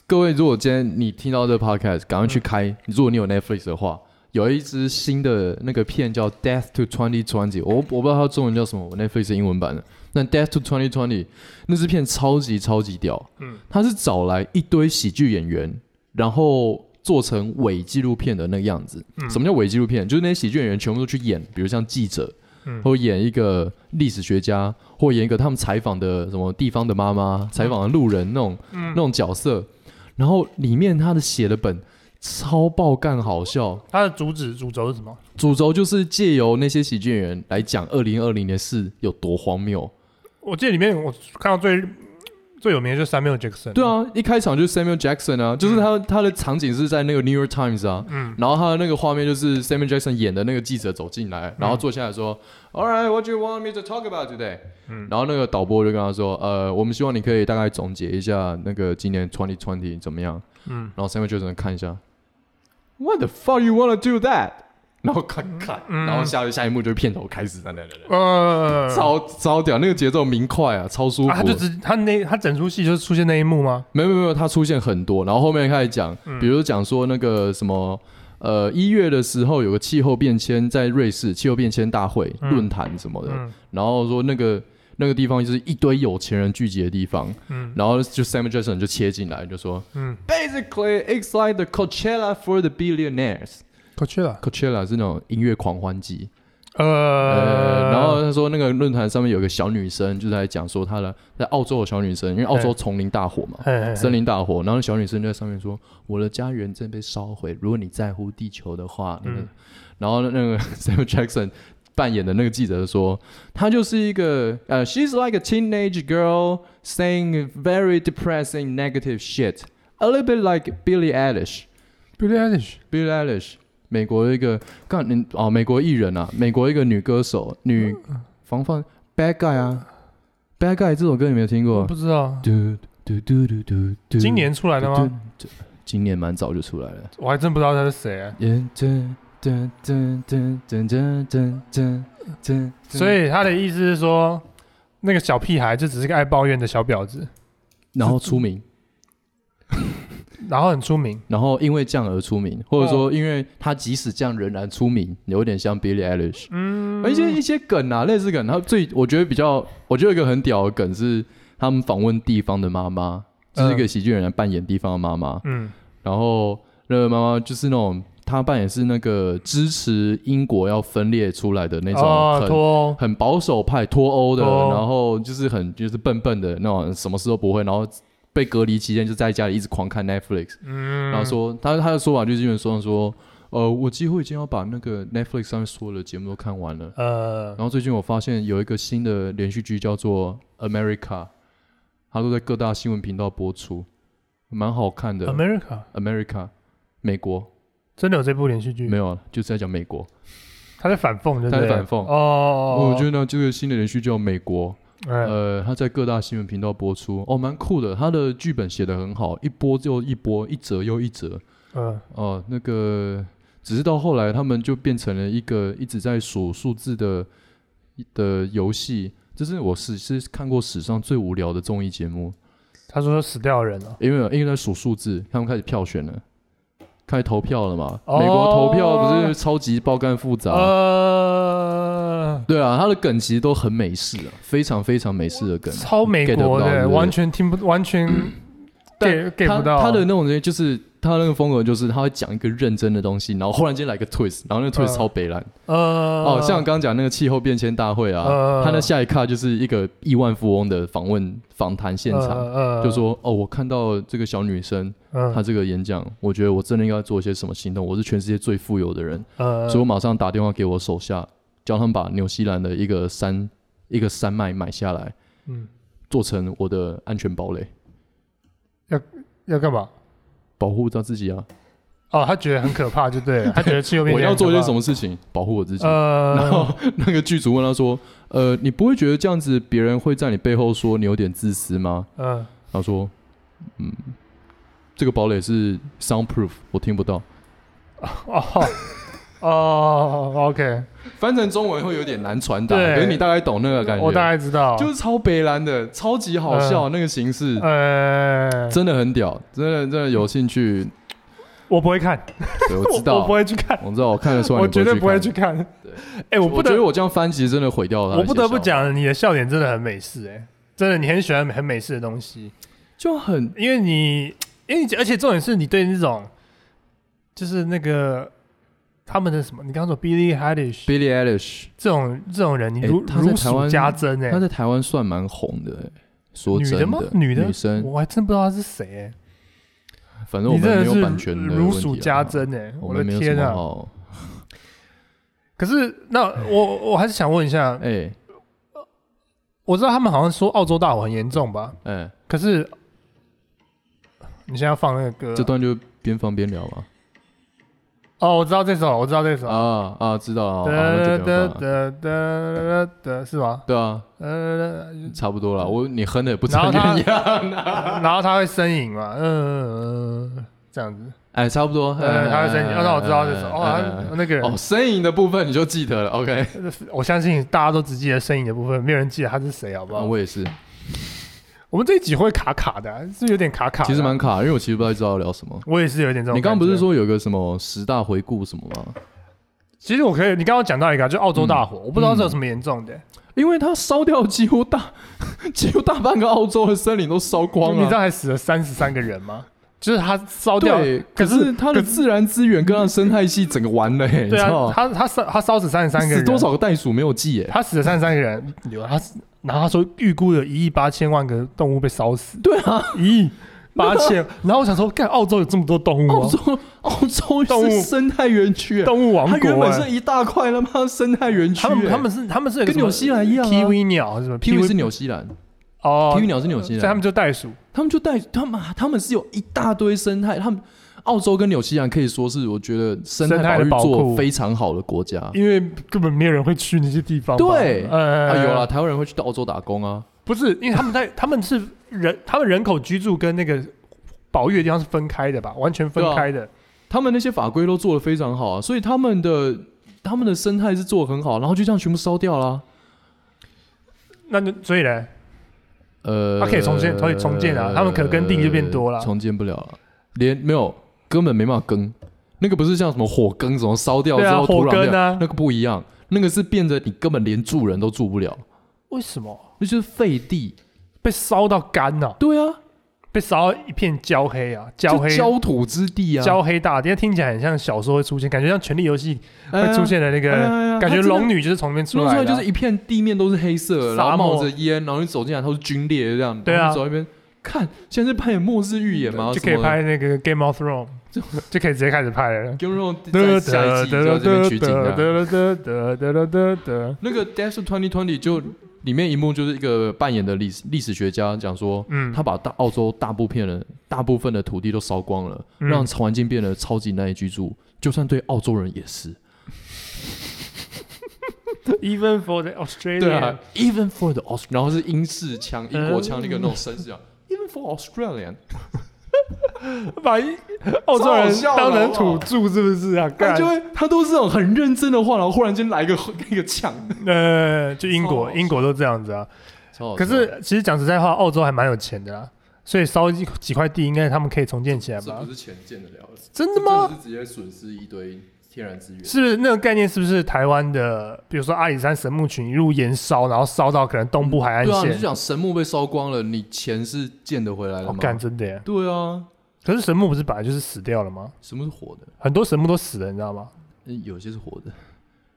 S1: 各位如果今天你听到这个 podcast，赶快去开。
S2: 嗯
S1: 如果你有 Netflix 的话，有一支新的那个片叫《Death to Twenty Twenty》，我我不知道它中文叫什么，我 Netflix 是英文版的。那《Death to Twenty Twenty》那支片超级超级屌，
S2: 嗯
S1: 它是找来一堆喜剧演员，然后做成伪纪录片的那个样子。
S2: 嗯
S1: 什么叫伪纪录片？就是那些喜剧演员全部都去演，比如像记者，
S2: 嗯
S1: 或演一个历史学家，或演一个他们采访的什么地方的妈妈，采访的路人那种、
S2: 嗯
S1: 那种角色。然后里面他的写的本超爆干好笑，
S2: 它的主旨主轴是什么？
S1: 主轴就是借由那些喜剧演员来讲二零二零年是有多荒谬。
S2: 我记得里面我看到最最有名的就是 Samuel Jackson。
S1: 对，啊，一开场就是 Samuel Jackson 啊，就是他、他的场景是在那个 New York Times 啊，
S2: 嗯，
S1: 然后他的那个画面就是 Samuel Jackson 演的那个记者走进来，然后坐下来说、a l l right, what do you want me to talk about today？”、
S2: 嗯
S1: 然后那个导播就跟他说：“呃，我们希望你可以大概总结一下那个今年 twenty twenty 怎么样。”
S2: 嗯
S1: 然后 Samuel Jackson 看一下，“What the fuck you wanna do that？” 然后咔咔，
S2: 嗯
S1: 然后下下一幕就是片头开始，
S2: 呃，
S1: 超超屌，那个节奏明快啊，超舒服。
S2: 啊，他就只他那他整出戏就是出现那一幕吗？
S1: 没有没有没有，他出现很多，然后后面开始讲，
S2: 嗯
S1: 比如讲说那个什么，呃，一月的时候有个气候变迁在瑞士气候变迁大会、
S2: 嗯
S1: 论坛什么的，
S2: 嗯
S1: 然后说那个那个地方就是一堆有钱人聚集的地方，
S2: 嗯
S1: 然后就 Sam Jackson 就切进来就说
S2: 嗯，
S1: ，Basically it's like the Coachella for the billionaires。
S2: 可去了。
S1: Coachella 是那种音乐狂欢季，呃，
S2: 呃，
S1: 然后他说那个论坛上面有个小女生，就是在讲说她的在澳洲的小女生，因为澳洲丛林大火嘛，
S2: 嘿嘿嘿
S1: 森林大火，然后小女生就在上面说：“我的家园正被烧毁，如果你在乎地球的话，那个。
S2: 嗯
S1: 然后那个 Sam Jackson 扮演的那个记者说，她就是一个呃，she's like a teenage girl saying very depressing negative shit, a little bit like Billie Eilish。
S2: Billie Eilish，
S1: Billie Eilish，美国的一个干你哦，美国艺人啊，美国一个女歌手，女防范 Bad Guy 啊，Bad Guy 这首歌你没有听
S2: 我
S1: 过？
S2: 不知道，
S1: 嘟嘟嘟嘟嘟嘟，
S2: 今年出来的吗？
S1: 嘟？嘟今年蛮早就出来了。
S2: 我还真不知道他是谁。啊
S1: 噔噔噔噔噔噔噔噔噔噔，
S2: 所以他的意思是说，那个小屁孩就只是个爱抱怨的小婊子，
S1: 然后出名，
S2: 然后很出名。
S1: 然后因为这样而出名，或者
S2: 哦
S1: 说因为他即使这样仍然出名，有点像 Billie Eilish。
S2: 嗯
S1: 而一些一些梗啊，类似梗，他最我觉得比较，我觉得有一个很屌的梗是他们访问地方的妈妈，就是一个喜剧演员扮演地方的妈妈，
S2: 嗯
S1: 然后那个妈妈就是那种她扮演是那个支持英国要分裂出来的那
S2: 哦
S1: 种很、
S2: 脱欧
S1: 很保守派脱欧的，
S2: 脱欧
S1: 然后就是很就是笨笨的那种，什么事都不会，然后被隔离期间就在家里一直狂看 Netflix，
S2: 嗯，
S1: 然后说他他的说法就是基本上说，呃，我几乎已经要把那个 Netflix 上面所有的节目都看完了。
S2: 呃
S1: 然后最近我发现有一个新的连续剧叫做《America》，它都在各大新闻频道播出，蛮好看的。
S2: ，America
S1: America，美国
S2: 真的有这部连续剧
S1: 没，有了，就是在讲美国。
S2: 他在反讽，对不
S1: 他在
S2: 对？
S1: 反讽
S2: 哦，
S1: 我觉得这个新的连续剧叫《美国》，
S2: 嗯
S1: 呃，它在各大新闻频道播出，哦，蛮酷的。它的剧本写得很好，一波就一波，一折又一折。
S2: 嗯
S1: 哦，那个只是到后来他们就变成了一个一直在数数字的的游戏，这是我是是看过史上最无聊的综艺节目。
S2: 他说死掉人哦了、
S1: 因为因为在数数字，他们开始票选了，开始投票了嘛。
S2: 哦
S1: 美国投票不是超级爆肝复杂？
S2: 呃，
S1: 对啊，他的梗其实都很美式啊，非常非常美式的梗。
S2: 超美
S1: get 不
S2: 国
S1: 到对
S2: 的，
S1: 不对
S2: 完全听不，完全 get get
S1: 他
S2: 不到啊
S1: 他的那种东西就是他那个风格，就是他会讲一个认真的东西，然后忽然间来个 twist，然后那个 twist
S2: 嗯
S1: 超北蓝。
S2: 呃，
S1: 哦，像刚刚讲那个气候变迁大会啊，
S2: 嗯
S1: 他的下一卡就是一个亿万富翁的访问访谈现场，
S2: 呃
S1: 就，说哦，我看到这个小女生
S2: 呃
S1: 她这个演讲，我觉得我真的应该做一些什么行动。我是全世界最富有的人，
S2: 呃，
S1: 所以我马上打电话给我手下，叫他们把纽西兰的一个山一个山脉买下来，
S2: 嗯，
S1: 做成我的安全堡垒，
S2: 要干嘛？
S1: 保护到自己啊。
S2: 哦，他觉得很可怕，就 对了，他觉得气候变
S1: 我
S2: 迁
S1: 要做
S2: 很
S1: 些
S2: 可怕
S1: 什么事情保护我自己？然
S2: 呃，
S1: 后 那个剧组问他说：“呃，你不会觉得这样子别人会在你背后说你有点自私吗
S2: 嗯，？”
S1: 他说：“嗯，这个堡垒是 soundproof，我听不到。
S2: 哦，哦，OK，”
S1: 翻成中文会有点难传达，
S2: 对
S1: 可是你大概懂那个感觉，
S2: 我大概知嗯道，
S1: 就是超北蓝的，超级好笑、那个形式，
S2: 呃，
S1: 真的很屌，真的真的有兴 趣，
S2: 我不会看，
S1: 对我知
S2: 我
S1: 道
S2: 不。会去看，
S1: 我知道，我看得出来，
S2: 我绝对
S1: 不
S2: 不会
S1: 去
S2: 去看
S1: 对。
S2: 哎，
S1: 看。
S2: 我不
S1: 觉
S2: 得
S1: 得我这样翻，其实真的毁掉了他的
S2: 我不得不
S1: 一些笑话，
S2: 讲，你的笑点真的很美式，哎，真的，你很喜欢很美式的东西，
S1: 就很
S2: 因为你，因为你而且重点是你对那种，就是那个他们的什么，你刚刚说 Billy Eilish
S1: Billie Eilish，
S2: 这种这种人，你
S1: 哎
S2: 如
S1: 他在
S2: 如
S1: 台湾
S2: 数家珍，哎
S1: 她，在台湾算蛮红的、欸，说真
S2: 女的吗
S1: 女
S2: 女的
S1: 生，
S2: 我还真不知道他是谁，哎。
S1: 反正我
S2: 你真
S1: 们
S2: 的
S1: 没有
S2: 是
S1: 版权的
S2: 如
S1: 问
S2: 数
S1: 题啊
S2: 家，珍哎、
S1: 我
S2: 我
S1: 们
S2: 的
S1: 没有什
S2: 天
S1: 么哦
S2: 啊！
S1: 好。
S2: 可是那我我还是想问一下，
S1: 哎、
S2: 我知道他们好像说澳洲大火很严重吧？
S1: 哎、
S2: 可是你现在要放那个歌啊，
S1: 这段就边放边聊嘛。
S2: 哦，我知道这首，我知道这首，
S1: 啊啊，知道了，
S2: 哒
S1: 好那
S2: 哒
S1: 就不
S2: 哒
S1: 要放了
S2: 哒哒哒哒，是吧？
S1: 对啊，
S2: 呃，
S1: 差不多了。我你哼的也不
S2: 然后
S1: 成
S2: 他
S1: 人样啊。
S2: 然后他会呻吟嘛，嗯嗯嗯，这样子，
S1: 哎，差不多。
S2: 呃，他会呻吟，
S1: 嗯
S2: 哦那我知道这
S1: 是
S2: 首，哦，他那个
S1: 哦，
S2: 人，
S1: 声音的部分你就记得了。OK，
S2: 我相信大家都只记得呻吟的部分，没有人记得他是谁，好不
S1: 啊
S2: 好？
S1: 我也是，
S2: 我们这一集会卡卡的啊，是有点卡卡的啊。
S1: 其实蛮卡，因为我其实不太知道要聊什么。
S2: 我也是有一点这种。
S1: 你刚刚不是？说有个什么十大回顾什么吗？
S2: 其实我可以，你刚刚讲到一个啊，就澳洲大
S1: 嗯
S2: 火，我不知道这有什么严重的、
S1: 因为它烧掉几乎大 几乎大半个澳洲的森林都烧光了、
S2: 你知道还死了三十三个人吗？就是他烧掉，
S1: 对，
S2: 可
S1: 可
S2: 是
S1: 是它的自然资源跟它的生态系整个完了、欸，你
S2: 对
S1: 知道
S2: 啊，
S1: 吗？
S2: 他他烧他烧死三十三个人，
S1: 死多？少个袋鼠没有记、欸？
S2: 他死了三十三个人，有他死，然后他说预估有一亿八千万个动物被烧死，
S1: 对啊，
S2: 一亿 八千。然后我想说，干澳洲有这么多动物、
S1: 澳
S2: 哦，
S1: 洲澳
S2: 动
S1: 洲
S2: 物
S1: 是生态园区、欸，
S2: 动物王
S1: 它原
S2: 国、
S1: 本
S2: 欸
S1: 是。一大块他妈生态园区、
S2: 他们
S1: 欸
S2: 他们是他们是有一个
S1: 跟纽西兰一样啊
S2: k i w 鸟什么
S1: Kiwi 是
S2: kiwi
S1: 纽西兰
S2: 哦
S1: ，Kiwi 鸟是纽西
S2: 所以他
S1: 兰，
S2: 们就袋鼠。
S1: 他们就带他们他们是有一大堆生态，他们澳洲跟纽西兰可以说是我觉得生
S2: 生态
S1: 态
S2: 的
S1: 保育
S2: 宝
S1: 做
S2: 库
S1: 非常好的国家。
S2: 因为根本没有人会去那些地方吧。
S1: 对
S2: 呃，
S1: 啊，有啦，，台湾人会去到澳洲打工啊。
S2: 不是，因为他们在 他们是人，他们人口居住跟那个保育的地方是分开的吧，完全分开的。
S1: 他们那些法规都做得非常好啊，所以他们的他们的生态是做得很好，然后就这样全部烧掉啦。
S2: 那就所以呢，
S1: 呃，
S2: 它可以重建可以重建啊他们可耕地就变多啦
S1: 重建不了了，连没有根本没办法耕，那个不是像什么火耕，什么烧掉之
S2: 对啊
S1: 后土壤
S2: 火
S1: 掉
S2: 耕啊
S1: 那个不一样，那个是变得你根本连住人都住不了，
S2: 为什么
S1: 那就是废地。
S2: 被烧到干了、
S1: 对啊，
S2: 被烧到一片焦黑啊，焦
S1: 就
S2: 黑。
S1: 焦土之地啊，
S2: 焦黑大地，听起来很像小说会出现，感觉像《权力游戏》
S1: 哎呀
S2: 会出现的那
S1: 哎呀
S2: 个，
S1: 哎呀
S2: 感觉
S1: 它真的
S2: 龙女就是从那边出
S1: 弄
S2: 来
S1: 出
S2: 的
S1: 来
S2: 啊，
S1: 就是一片地面都是黑色的，然后
S2: 沙漠
S1: 冒着烟，然后你走进来它是皲裂的这样，
S2: 对啊
S1: 然后你走到一边看，现在是拍演末日预言吗？
S2: 就可以
S1: 什么的
S2: 拍那个《Game of Thrones》，就可以直接开始拍了。
S1: 就用 在
S2: 得
S1: 下一
S2: 得
S1: 季就在这边取景
S2: 得
S1: 的。
S2: 得得得得得得，
S1: 那个 Death Twenty Twenty 就里面一幕就是一个扮演的历史历史学家讲说，
S2: 嗯，
S1: 他把大澳洲大部片的大部分的土地都烧光了，
S2: 嗯
S1: 让环境变得超级难以居住，就算对澳洲人也是。
S2: Even for the Australia，
S1: 对啊，Even for the Aust，然后是英式腔、英国腔
S2: 嗯
S1: 那个那种绅士啊。Even for Australian，
S2: 把一澳洲人当成土著是不是啊？
S1: 哦他
S2: 干
S1: 就会他都是那种很认真的话，然后忽然间来一个 一个呛，
S2: 呃，就英
S1: 超好
S2: 国，
S1: 笑
S2: 英国都这样子啊。
S1: 超好笑
S2: 可是其实讲实在话，澳洲还蛮有钱的啊，所以烧几几块地，应该他们可以重建起来
S1: 这
S2: 吧
S1: 不？是钱建得了的，
S2: 真的吗
S1: 这？是直接损失一堆天然资源。
S2: 是不是那个概念？是不是台湾的，比如说阿里山神木群一路延烧，然后烧到可能东部海岸
S1: 对啊，你就
S2: 线？
S1: 讲神木被烧光了，你钱是建得回来的
S2: 哦
S1: 吗？
S2: 干、真的耶！
S1: 对啊，
S2: 可是神木不是本来就是死掉了吗？
S1: 什么是活的？
S2: 很多神木都死了，你知道吗？
S1: 嗯有些是活的，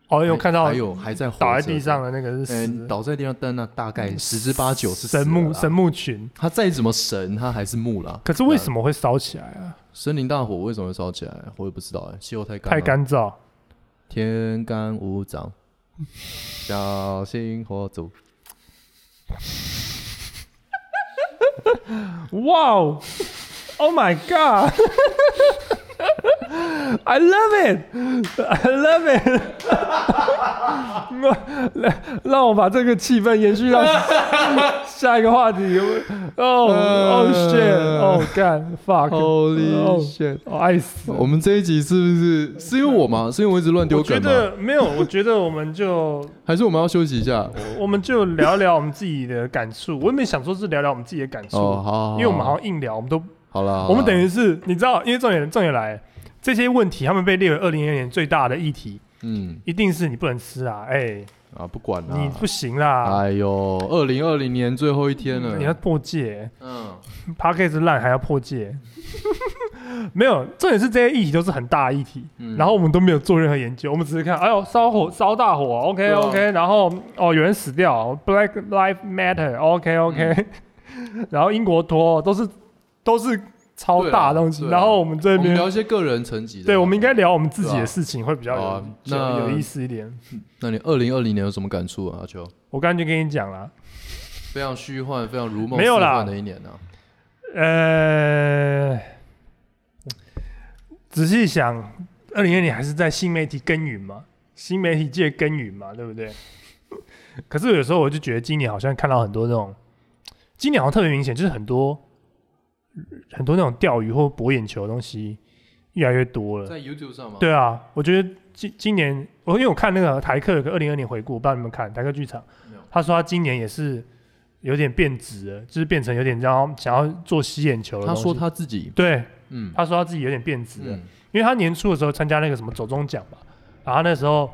S2: 哦，哎有
S1: 还
S2: 看到
S1: 还有还在活
S2: 倒在
S1: 着
S2: 地上，的那个是
S1: 哎
S2: 死的嗯
S1: 倒在地上，但那大概十之八九是死
S2: 神木
S1: 了啦
S2: 神。木群。
S1: 它再怎么神，它还是木啦。
S2: 可是为什么会烧起来啊？
S1: 森林大火为什么会烧起来？我也不知道哎、气候太干，
S2: 太，干燥，
S1: 天干物 燥，小心火烛。
S2: 哇哦！Oh my god! I love it! I love it! 让让我把这个气氛延续到下一个话题。哦哦 shit! 哦干 fuck!
S1: Holy
S2: Oh,
S1: shit！
S2: 哦爱死！
S1: 我们这一集是不是是因为我吗？是因为我一直乱丢
S2: 我觉
S1: 梗吗？
S2: 得没有，我觉得我们就
S1: 还是我们要休息一下？
S2: 我们就聊聊我们自己的感触。我也没想说是聊聊我们自己的感触，
S1: 哦，好哦好好，
S2: 因为我们好像硬聊，我们都
S1: 好了，好啦
S2: 我们等于是，你知道，因为重点重点来，这些问题他们被列为二零二年最大的议题，
S1: 嗯
S2: 一定是你不能吃啊，哎、
S1: 啊，不管
S2: 你
S1: 了。
S2: 不行啦，
S1: 哎呦，二零二零年最后一天
S2: 你要
S1: 了，
S2: 破戒
S1: 嗯，
S2: p a c k a g e 烂还要破戒，没有，重点是这些议题都是很大的议题，
S1: 嗯
S2: 然后我们都没有做任何研究，我们只是看，哎呦，烧火烧大火，OK
S1: 对啊
S2: OK，、然后哦有人死掉，Black Life Matter，OK OK，, 哦
S1: 嗯
S2: 然 后英国脱欧都是都是超
S1: 对啊
S2: 大的东西，
S1: 对啊
S2: 然后我们这
S1: 我们
S2: 边
S1: 聊一些个人层级的。
S2: 对，我们应该。聊我们自己
S1: 对啊
S2: 的事情会比较有、
S1: 好啊
S2: 有
S1: 那
S2: 有意思一点。
S1: 那你二零二零年有什么感触啊，阿秋？
S2: 我刚才就跟你讲了，
S1: 非常虚幻、非常如梦
S2: 没有啦
S1: 似幻的一年呢、啊。
S2: 呃，仔细想，二零二零还是在新媒体耕耘嘛，新媒体界耕耘嘛，对不对？可是有时候我就觉得今年好像看到很多那种，今年好像特别明显，就是很多很多那种钓鱼或博眼球的东西越来越多了。
S1: 在 YouTube 上吗？，
S2: 对啊，我觉得今今年我因为我看那个台客有个二零二年回顾，我不知道你们看台客剧场
S1: 没有，
S2: 他说他今年也是有点变质了，就是变成有点这样想要做吸眼球的
S1: 他
S2: 东西
S1: 说他自己，
S2: 对，
S1: 嗯，
S2: 他说他自己有啊点变质了，
S1: 嗯
S2: 因为他年初的时候参加那个什么走中奖嘛，然后他那时候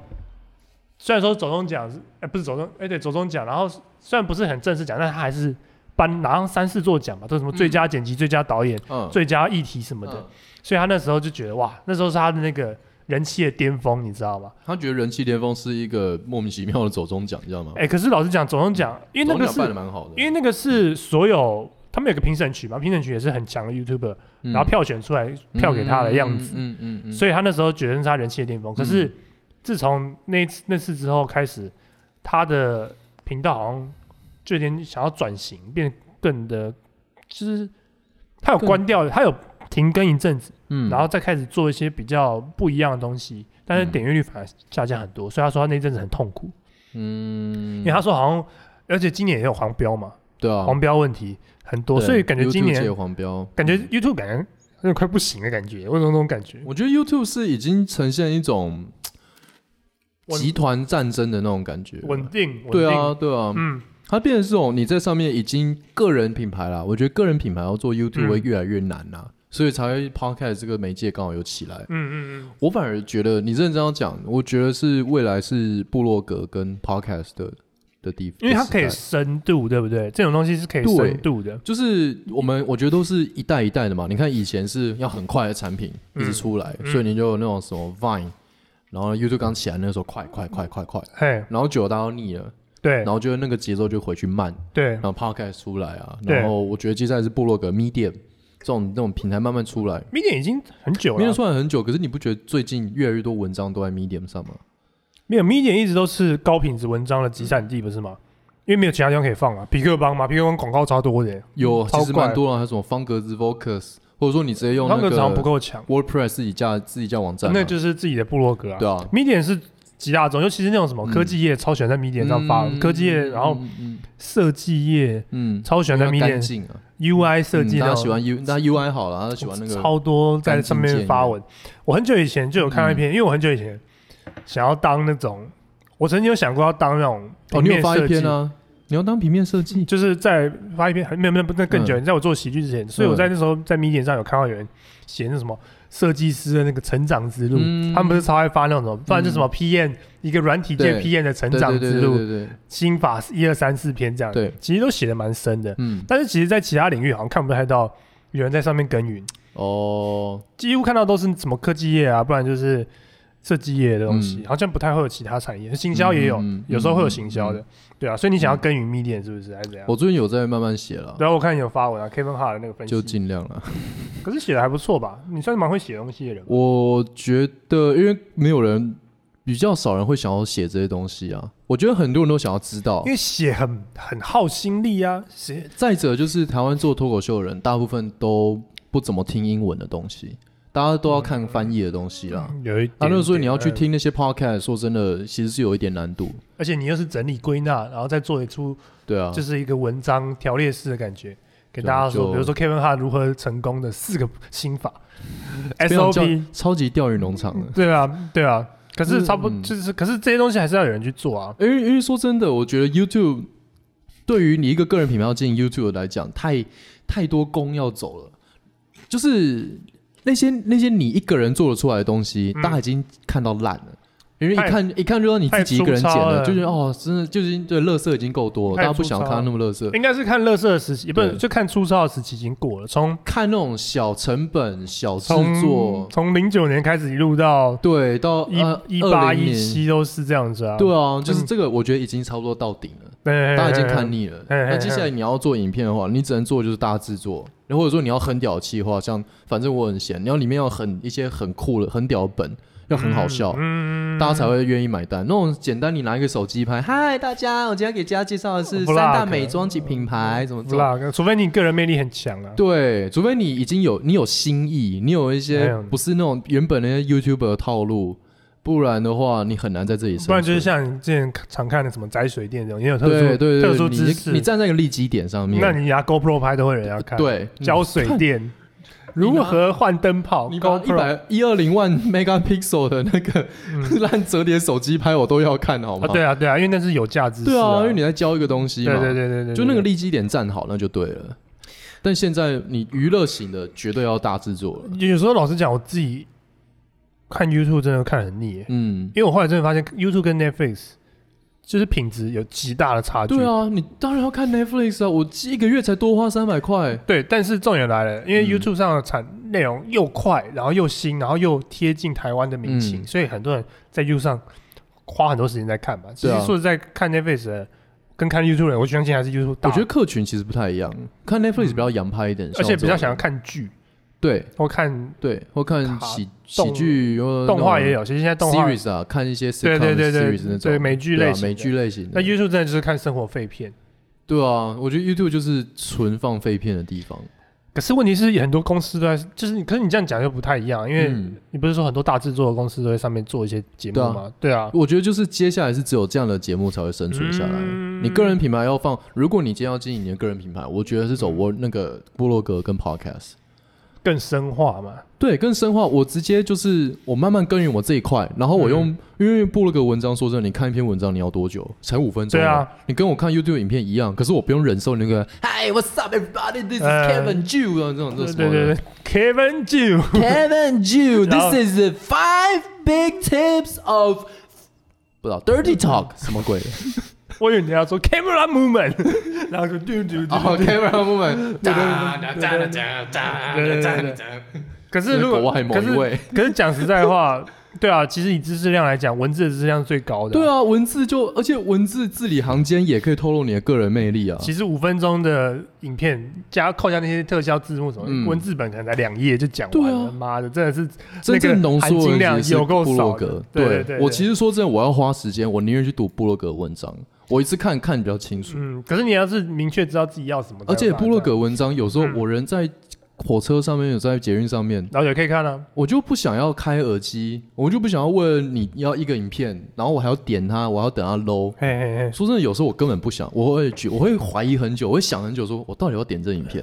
S2: 虽然说走中奖是，哎、不是走中，哎、对，走中奖，然后虽然不是很正式奖，但他还是颁拿上三四座奖嘛，都是什么最佳剪辑、最佳导演、
S1: 嗯，
S2: 最佳议题什么的。
S1: 嗯
S2: 所以他那时候就觉得哇，那时候是他的那个人气的巅峰，你知道吗？
S1: 他觉得人气巅峰是一个莫名其妙的走中奖，你知道吗？
S2: 哎、可是老实讲，总统奖，因为那个
S1: 走中奖办的
S2: 是，
S1: 蛮好的，
S2: 因为那个是所有他们有个评审区嘛，评审区也是很强的 YouTuber，、
S1: 嗯
S2: 然后票选出来票给他的样子，
S1: 嗯嗯嗯嗯，
S2: 所以他那时候觉得是他人气的巅峰。可是自从那一次那次之后开始，他的频道好像就有点想要转型，变得更的，就是他有
S1: 更
S2: 关掉，他有停更一阵子。
S1: 嗯
S2: 然后再开始做一些比较不一样的东西，但是
S1: 嗯
S2: 点阅率反而下降很多，所以他说他那阵子很痛苦，
S1: 嗯，
S2: 因为他说好像，而且今年也有黄标嘛，
S1: 对啊，
S2: 黄标问题很多，
S1: 对
S2: 所以感觉今
S1: YouTube 界
S2: 年
S1: 黄标，
S2: 感觉 YouTube 感觉有点快不行的感觉，为什么那种感觉？
S1: 我觉得 YouTube 是已经呈现一种
S2: 稳
S1: 集团战争的那种感觉了，
S2: 稳定，稳
S1: 对
S2: 定，
S1: 啊对啊，
S2: 嗯，
S1: 它变成是这种你在上面已经个人品牌啦，我觉得个人品牌要做 YouTube
S2: 嗯
S1: 会越来越难啦，所以才会 Podcast 这个媒介刚好有起来
S2: 嗯。嗯
S1: 我反而觉得你认真要讲，我觉得是未来是部落格跟 Podcast 的的地方，
S2: 嗯，因为它可以
S1: 的时代
S2: 深度，对不对？这种东西是可以
S1: 对
S2: 深度的，
S1: 就是我们我觉得都是一代一代的嘛。你看以前是要很快的产品一
S2: 嗯
S1: 直出来，
S2: 嗯
S1: 所以你就有那种什么 Vine，然后 YouTube 刚起来那时候快快快快快，
S2: 嘿，
S1: 然后久了大家都腻了，
S2: 对
S1: 然后就那个节奏就回去慢，
S2: 对
S1: 然，后 Podcast 出来啊，
S2: 对
S1: 然后我觉得接下来是部落格 Medium 这种那种平台慢慢出来。
S2: 明年已经很久了
S1: Medium，出来很久，可是你不觉得最近越来越多文章都在 Medium 上吗？
S2: 没有 Medium 一直都是高品质文章的集散地，不是吗？因为没有其他地方可以放啊。皮克邦嘛，皮克邦广告超多的，
S1: 有，
S2: 嗯超
S1: 其实
S2: 怪
S1: 蛮多啊了，还有什么方格子 Vocus，或者说你直接用
S2: 那
S1: 那
S2: 个常不
S1: 个
S2: 够强，
S1: WordPress 自己架自己架网站嘛，啊
S2: 那就是自己的部落格啊。
S1: 对啊，
S2: Medium 是集大众，尤其是那种什么
S1: 嗯
S2: 科技业，超喜欢在 Medium 上发
S1: 嗯
S2: 科技业，然后
S1: 嗯嗯
S2: 设计业
S1: 嗯，
S2: 超喜欢在
S1: 要干
S2: Medium
S1: 净啊，
S2: UI 设计
S1: 嗯大
S2: 那
S1: 家
S2: 种
S1: 喜欢 U，那 UI 好了，大家喜欢那个，
S2: 超多在上面发文。我很久以前就有看到一
S1: 嗯
S2: 篇，因为我很久以前想要当那种，我曾经有想过要当那种
S1: 哦，
S2: 平
S1: 你
S2: 面
S1: 有发
S2: 设
S1: 一
S2: 计
S1: 篇，啊？你要当平面设计，
S2: 就是在发一篇，没有没有，那
S1: 嗯
S2: 更久，在我做喜剧之前，所以我在那时候在 Medium 上有看到有人写那什么设计师的那个成长之路，
S1: 嗯
S2: 他们不是超爱发那种什么，不然就什么 PM、一个软体界
S1: 对
S2: PM 的成
S1: 对
S2: 长
S1: 对
S2: 之
S1: 对
S2: 路，
S1: 对对，对
S2: 心法一二三四篇这样，
S1: 对，
S2: 其实都写的蛮深的，
S1: 嗯，
S2: 但是其实，在其他领域好像看不太到有人在上面耕耘，
S1: 哦，
S2: 几乎看到都是什么科技业啊，不然就是设计业的东西，
S1: 嗯
S2: 好像不太会有其他产业，行销也有，
S1: 嗯嗯嗯嗯
S2: 有时候会有行销的，对啊，所以你想要耕耘 Medium 是不是？还是怎样？
S1: 我最近有在慢慢写了，
S2: 然后我看你有发文啊，Kevin Hart 的那个分析，
S1: 就尽量了。
S2: 可是写的还不错吧？你算是蛮会写东西的人吧。
S1: 我觉得，因为没有人，比较少人会想要写这些东西啊。我觉得很多人都想要知道
S2: 因。为写很很耗心力啊，写
S1: 再者就是台湾做脱口秀的人，大部分都不怎么听英文的东西，大家都要看翻译的东西啦。
S2: 有一
S1: 啊，
S2: 点
S1: 那所以你要去
S2: 嗯点，
S1: 听那些 podcast，说真的，其实是有一点难度。
S2: 嗯而且你又是整理归纳，然后再做一出
S1: 对啊，
S2: 就是一个文章条列式的感觉，给
S1: 就
S2: 大家说，
S1: 就
S2: 比如说 Kevin Hart 如何成功的四个心法
S1: 非常教
S2: ，SOP，
S1: 超级钓鱼农场的。
S2: 对啊，对啊。可是差不多
S1: 嗯
S2: 就是，可是这些东西还是要有人去做啊。
S1: 因为因为说真的，我觉得 YouTube 对于你一个个人品牌要经营 YouTube 来讲，太太多功要走了，就是那些那些你一个人做得出来的东西，
S2: 嗯
S1: 大家已经看到烂了。因为一
S2: 太
S1: 看一看就知道你自己一个人剪
S2: 太粗糙
S1: 的，
S2: 了
S1: 就觉得哦，真的就是对，乐色已经够多了，
S2: 太
S1: 大家不
S2: 粗糙
S1: 想看到那么乐色。
S2: 应该是看乐色的时期，不是
S1: 对
S2: 就看粗糙的时期已经过了，从
S1: 看那种小成本、小制
S2: 从
S1: 作，
S2: 从零九年开始一路到
S1: 对，到
S2: 一
S1: 呃
S2: 一八
S1: 20
S2: 一
S1: 年
S2: 七都是这样子啊。
S1: 对啊，就是
S2: 嗯
S1: 这个，我觉得已经差不多到顶了。
S2: 对，
S1: 大家已经看腻了。
S2: 嘿嘿嘿
S1: 那接下来你要做影片的话，你只能做就是大制作，然后或者说你要很屌的企划，像反正我很闲，你要里面要很一些很酷的、很屌的本，要很好笑。
S2: 嗯
S1: 大家才会愿意买单。那种简单，你拿一个手机拍，嗨，大家，我今天给大家介绍的是
S2: Vlog
S1: 三大美妆及品牌，怎么
S2: 嗯不
S1: 怎么。
S2: 啦，除非你个人魅力很强啊。
S1: 对，除非你已经有你有新意，你有一
S2: 没
S1: 些
S2: 有
S1: 不是那种原本那些 YouTuber 的套路，不然的话你很难在这里生存。
S2: 不然就是像你之前常看的什么宅水电这种，也有特殊
S1: 对对
S2: 特
S1: 对，
S2: 殊知
S1: 你你
S2: 识。
S1: 站在一个利基点上面，
S2: 那你拿 GoPro 拍都会有人要看。，
S1: 对嗯
S2: 浇水 电如何换灯泡
S1: 你把一
S2: ，GoPro
S1: 百一二零万 megapixel 的那个 烂折叠手机拍，我都要看好吗？
S2: 嗯啊，对啊对啊，因为那是有价值。
S1: 对啊，因为
S2: 你
S1: 你在教一个东西嘛，
S2: 对对对对对，
S1: 就那个利基点站好，那就对了。但现在你娱乐型的绝对要大制作了，
S2: 有时候老实讲，我自己看 YouTube 真的看得很腻耶，
S1: 嗯，
S2: 因为我后来真的发现 YouTube 跟 Netflix 就是品质有极大的差距。
S1: 对啊，你当然要看 Netflix 啊，我一个月才多花三百块，
S2: 对，但是重点来了，因
S1: 嗯
S2: 为 YouTube 上的产内容又快，然后又新，然后又贴近台湾的民情，
S1: 嗯
S2: 所以很多人在 YouTube 上花很多时间在看吧。其
S1: 对啊
S2: 实说实在，看 Netflix 的跟看 YouTube 的，我相信还是 YouTube 大，嗯
S1: 我觉得客群其实不太一样，看 Netflix 比较洋派一点，
S2: 而且比较想
S1: 像
S2: 要
S1: 我这种
S2: 看剧
S1: 对
S2: 或看
S1: 对，或看
S2: 卡
S1: 喜
S2: 动
S1: 喜剧或
S2: 动画也
S1: 有
S2: 有，其实现在动画
S1: 呃 series 啊，看一些 sitcom
S2: 对对对对
S1: series 那
S2: 对
S1: 种
S2: 美剧
S1: 对
S2: 类
S1: 啊
S2: 型的，
S1: 美剧类型的，
S2: 那 YouTube 真的就是看生活废片。
S1: 对啊，我觉得 YouTube 就是纯放废片的地方，
S2: 可是问题是，很多公司都在，就是你，可是你这样讲就不太一样，因为
S1: 嗯、
S2: 你不是说很多大制作的公司都在上面做一些节目
S1: 对啊
S2: 吗？对啊，
S1: 我觉得就是接下来是只有这样的节目才会生存下来。
S2: 嗯
S1: 你个人品牌要放，如果你今天要经营你的个人品牌，我觉得是走我那个部落格跟 Podcast，
S2: 更深化嘛。
S1: 对，更深化。我直接就是我慢慢耕耘我这一块，然后我用，因为部落格文章说真的，你看一篇文章你要多久？才五分钟，
S2: 对啊，
S1: 你跟我看 YouTube 影片一样，可是我不用忍受那个 Hi what's up everybody this is
S2: 呃
S1: Kevin Jew 啊这种这
S2: 对
S1: 种
S2: 对对对，Kevin Ju，
S1: Kevin Jew,
S2: 然后
S1: this is the five big tips of 不知道 dirty talk 什么鬼的
S2: 我以为你要说 Camera Movement，然后 就嘟嘟嘟。
S1: 哦 Kevin 他们对对
S2: 可是如果
S1: 国外某
S2: 可
S1: 一
S2: 是
S1: 位
S2: 可是讲实在话， 对啊，其实以知识量来讲，文字的知识量是最高的。
S1: 对，啊，文字就而且文字字里行间也可以透露你的个人魅力啊。
S2: 其实五分钟的影片加扣下那些特效字幕什么，
S1: 嗯
S2: 文字本可能才两页就讲完
S1: 对
S2: 了。
S1: 啊
S2: 妈的，真的是
S1: 真正浓缩的
S2: 那个含金量
S1: 其实是
S2: 有够
S1: 部
S2: 少
S1: 落
S2: 的
S1: 格。
S2: 对对对对
S1: 我其实说真的，我要花时间，我宁愿去读部落格文章，我一次看看比较清楚。
S2: 嗯，可是你要是明确知道自己要什么，
S1: 而且部落
S2: 落，
S1: 格文章有时候
S2: 嗯
S1: 我人在火车上面，有在捷运上面，
S2: 然后也可以看啊。
S1: 我就不想要开耳机，我就不想要为了你要一个影片，然后我还要点它，我还要等它 low。
S2: 嘿嘿嘿，
S1: 说真的，有时候我根本不想，我会觉我会怀疑很久，我会想很久，说我到底要点这影片？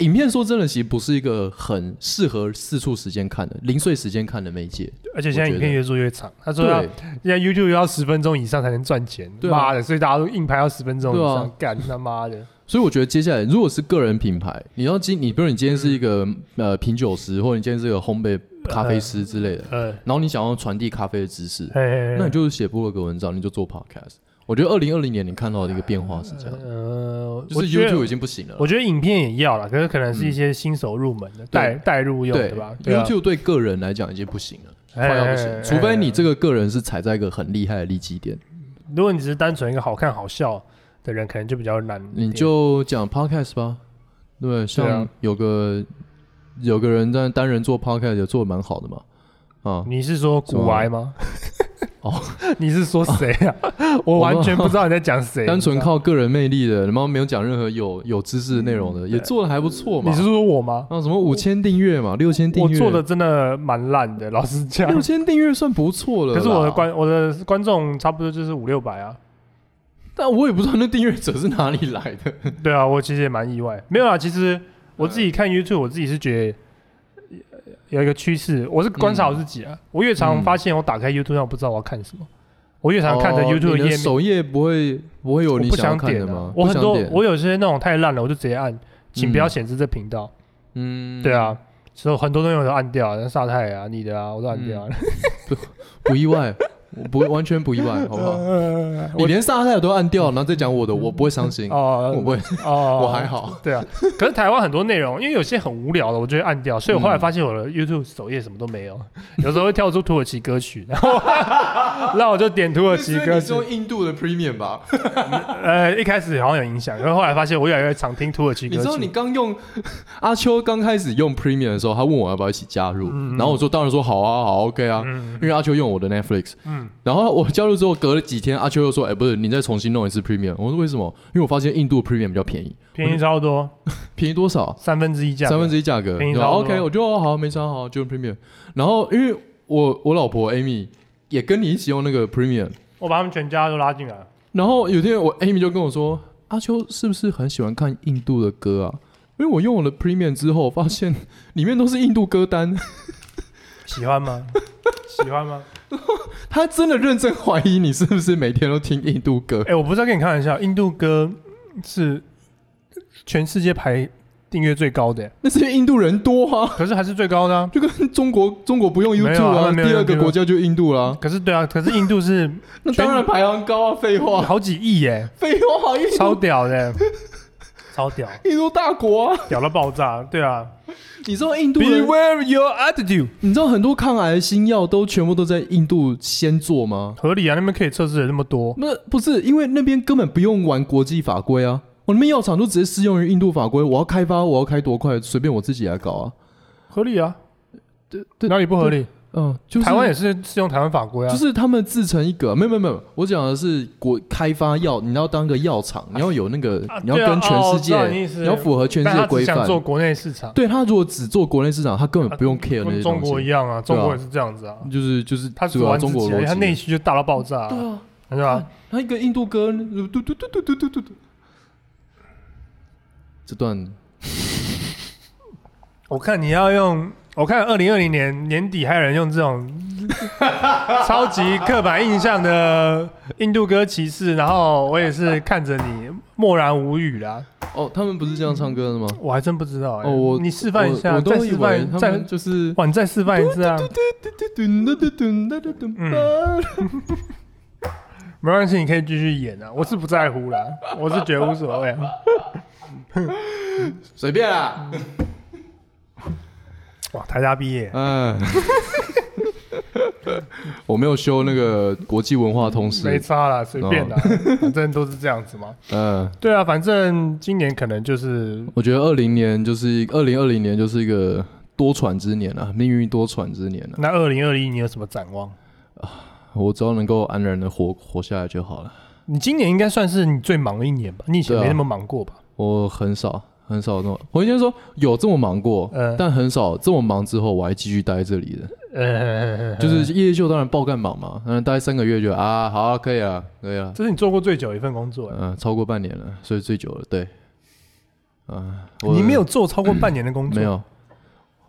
S1: 影片说真的，其实不是一个很适合四处时间看的零碎时间看的媒介。
S2: 而且现在影片越做越长，他说要
S1: 对，
S2: 现在 YouTube 要十分钟以上才能赚钱，
S1: 对啊
S2: 妈的，所以大家都硬排到十分钟以
S1: 对啊
S2: 上，干他妈的，
S1: 所以我觉得接下来如果是个人品牌，你要今你比如你今天是一个
S2: 嗯
S1: 呃品酒师，或者你今天是一个烘焙咖啡师之类的，
S2: 呃，
S1: 然后你想要传递咖啡的知识，
S2: 哎，
S1: 那你就写部落格文章，你就做 podcast。我觉得二零二零年你看到的一个变化是这样，
S2: 呃，
S1: 就是
S2: 我觉得
S1: YouTube 已经不行了
S2: 我。觉得影片也要了，可是可能是一些新手入门的代代入用，对吧对啊
S1: YouTube 对个人来讲已经不行了，
S2: 哎
S1: 快要不
S2: 哎哎
S1: 行。除非你
S2: 哎
S1: 这个个人是踩在一个很厉害的利基点，
S2: 如果你只是单纯一个好看好笑的人，可能就比较难一点。
S1: 你就讲 podcast 吧。
S2: 啊
S1: 对，像有个有个人在单人做 podcast 也做的蛮好的嘛。啊，
S2: 你是说古癌吗？
S1: 哦，
S2: 你是说 谁啊？ 我完全不知道你在讲谁。
S1: 单纯
S2: 你知道
S1: 靠个人魅力的，然后没有讲任何有有知识的内容的，也做的还不错嘛。
S2: 嗯你是说我吗？
S1: 啊什么五千订阅嘛，六千订
S2: 我
S1: 阅，
S2: 做的真的蛮烂的，老实讲。
S1: 六千订阅算不错了啦。
S2: 可是我的观我的观众差不多就是五六百啊。
S1: 但我也不知道那订阅者是哪里来 的。
S2: 对啊，我其实也蛮意外。没有啊，其
S1: 嗯
S2: 实我自己看 YouTube，我自己是觉得。有一个趋势，我是观察我自己啊。
S1: 嗯
S2: 我越常发现我打开 YouTube 上，我不知道我要看什么，我越常看着
S1: 哦
S2: YouTube
S1: 你
S2: 页
S1: 的
S2: 面，
S1: 首页不会不会有
S2: 我
S1: 你
S2: 不
S1: 要
S2: 想
S1: 看
S2: 点
S1: 的
S2: 啊
S1: 吗？
S2: 我
S1: 不
S2: 很
S1: 想
S2: 多
S1: 点，
S2: 我有些那种太烂了，我就直接按，请不要
S1: 嗯
S2: 显示这频道。
S1: 嗯，
S2: 对，啊，所以很多东西我都按掉，像沙太啊、你的啊，我都按掉了。
S1: 不意外，我不完全不意外，好不好？
S2: 呃
S1: 你连沙袋都按掉，然后再讲我的，我不会伤心，
S2: 哦
S1: 我不会，
S2: 哦，
S1: 我还。好。
S2: 对啊，可是台湾很多内容，因为有些很无聊的，我就会按掉，所以我后来发现我的 YouTube 首页什么都没有，有时候会跳出土耳其歌曲，然后那我就点土耳其歌曲
S1: 是。用印度的 Premium 吧？
S2: 呃，一开始好像有影响，然后后来发现我越来越常听土耳其
S1: 你
S2: 歌
S1: 知道你
S2: 曲。
S1: 刚用阿秋刚开始用 Premium 的时候，他问我要不要一起加入，
S2: 嗯
S1: 然后我说当然说好啊，好 OK 啊，
S2: 嗯
S1: 因为阿秋用我的 Netflix，
S2: 嗯，
S1: 然后我加入之后，隔了几天，阿秋又说：“哎、不是，你再重新弄一次 Premium。”我说：“为什么？因为我发现印度 Premium 比较便宜，
S2: 便宜超多，
S1: 便宜多少？
S2: 三分之一价格，
S1: 三分之一价格。
S2: 便宜
S1: 然
S2: 差
S1: 后
S2: 不多
S1: OK，我就哦好，没啥好，就用 Premium。然后因为我我老婆 Amy 也跟你一起用那个 Premium，
S2: 我把他们全家都拉进来了。
S1: 然后有一天我 Amy 就跟我说：“阿秋是不是很喜欢看印度的歌啊？”因为我用我的 Premium 之后，发现里面都是印度歌单，
S2: 喜欢 吗？喜欢吗？
S1: 他真的认真怀疑你是不是每天都听印度歌
S2: 哎、。我不是在跟你开玩笑，印度歌是全世界排订阅最高的、
S1: 那是因为印度人多啊。
S2: 可是还是最高的、啊。
S1: 就跟中国中国不用
S2: 没
S1: YouTube
S2: 有啊
S1: 啊，
S2: 没有
S1: 第二个
S2: YouTube
S1: 国家就印度啦。
S2: 可是对啊，可是印度 是
S1: 那当然排行高啊，废话，
S2: 好几亿耶、
S1: 废话，印
S2: 超
S1: 度
S2: 屌的、超屌，
S1: 印度大国啊。
S2: 屌到爆炸。对啊
S1: 你知道印度人，
S2: ，Beware your attitude，
S1: 你知道很多抗癌的新药都全部都在印度先做吗？
S2: 合理啊，那边可以测试的那么多。
S1: 那不是因为那边根本不用玩国际法规啊，我那边药厂都直接适用于印度法规。我要开发，我要开多快，随便我自己来搞啊。
S2: 合理啊，
S1: 对对，
S2: 哪里不合理？
S1: 嗯，就是
S2: 台湾也是适用台湾法规啊，
S1: 就是他们自成一格，没有没有没有，我讲的是国开发药，你要当个药厂，你要有那个，
S2: 啊
S1: 你要
S2: 对啊
S1: 跟全
S2: 哦
S1: 世界，
S2: 我知道你意思
S1: 你要符合全世
S2: 但
S1: 界
S2: 他
S1: 规
S2: 只想
S1: 范。
S2: 做国内市场，
S1: 对他如果只做国内市场，他根本不用 care 那些
S2: 跟中国
S1: 东
S2: 一
S1: 西，
S2: 样啊，
S1: 对
S2: 中
S1: 啊
S2: 国也是这样子啊。
S1: 就是就是
S2: 他
S1: 主
S2: 主
S1: 要
S2: 完自
S1: 中国
S2: 己
S1: 逻
S2: 而
S1: 辑，
S2: 已，
S1: 啊
S2: 他内需就大到爆炸、
S1: 对啊，
S2: 是吧？
S1: 他一个印度歌，嘟嘟嘟嘟嘟嘟嘟嘟，这段
S2: 我看你要用，我看二零二零年年底还有人用这种 超级刻板印象的印度歌歧视，然后我也是看着你默然无语啦。
S1: 哦，他们不是这样唱歌的吗？
S2: 我还真不知道哎、
S1: 哦我
S2: 你示范一
S1: 我
S2: 下，
S1: 我
S2: 再
S1: 都以
S2: 示
S1: 为
S2: 范，
S1: 他
S2: 再
S1: 们就是
S2: 哇，你再示范一次啊！嗯没关系，你可以继续演啊，我是不在乎啦，我是觉得无所谓。啊
S1: 随便啊啦，
S2: 哇，台大毕业，
S1: 嗯， 我没有修那个国际文化通
S2: 没
S1: 识，
S2: 差啦，随便啦，
S1: 哦
S2: 反正都是这样子嘛。
S1: 嗯，
S2: 对啊，反正今年可能就是
S1: 我觉得二零年就是二零二零年就是一个多舛之年啊，命运多舛之年啊，
S2: 那二零二一，你有什么展望？
S1: 我只要能够安然的活活下来就好了。
S2: 你今年应该算是你最忙的一年吧？你以前
S1: 对啊
S2: 没那么忙过吧？
S1: 我很少很少那么，我应该说有这么忙过，
S2: 嗯
S1: 但很少这么忙之后我还继续待在这里的。
S2: 呃，
S1: 就是夜秀当然爆干忙嘛，嗯，待三个月就啊，好啊可以啊，可以啊，嗯
S2: 这是你做过最久的一份工作、欸，
S1: 嗯、超过半年了，所以最久了，对。啊，我
S2: 你没有做超过半年的工作，
S1: 没有。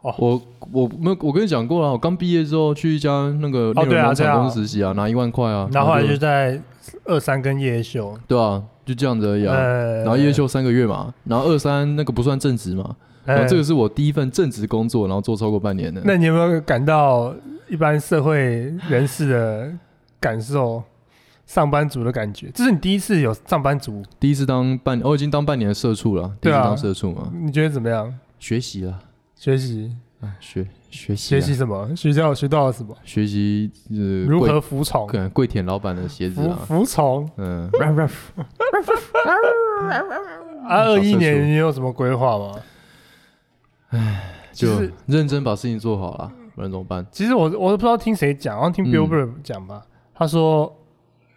S2: 哦
S1: 我我没有，我跟你讲过了，我刚毕业之后去一家那个
S2: 哦
S1: 猎
S2: 对
S1: 人
S2: 啊
S1: 农
S2: 对啊
S1: 场工实习啊，拿一万块啊，
S2: 然后后来就
S1: 就
S2: 在二三跟夜秀，
S1: 对啊，就这样子而已啊。
S2: 呃，
S1: 然后夜秀三个月嘛，然后二三那个不算正职嘛，
S2: 呃，
S1: 哦然后这个是我第一份正职工作，然后做超过半年的。
S2: 那你有没有感到一般社会人士的感受？上班族的感觉，这是你第一次有上班族，
S1: 第一次当半，哦我已经当半年的社畜了，第一
S2: 对
S1: 次
S2: 啊
S1: 当社畜嘛，
S2: 你觉得怎么样？
S1: 学习了，
S2: 学习
S1: 啊，学学习啊
S2: 学习什么？学校学到了什么？
S1: 学习呃
S2: 如
S1: 跪
S2: 何服从？
S1: 可能跪舔老板的鞋子
S2: 服
S1: 啊，
S2: 服从。
S1: 嗯，嗯小社
S2: 啊，二一
S1: 畜
S2: 年你有什么规划吗？其
S1: 就
S2: 实
S1: 认真把事情做好了，不然怎么办？
S2: 其实我我都不知道听谁讲，好像听
S1: 嗯
S2: Billboard 讲吧，他说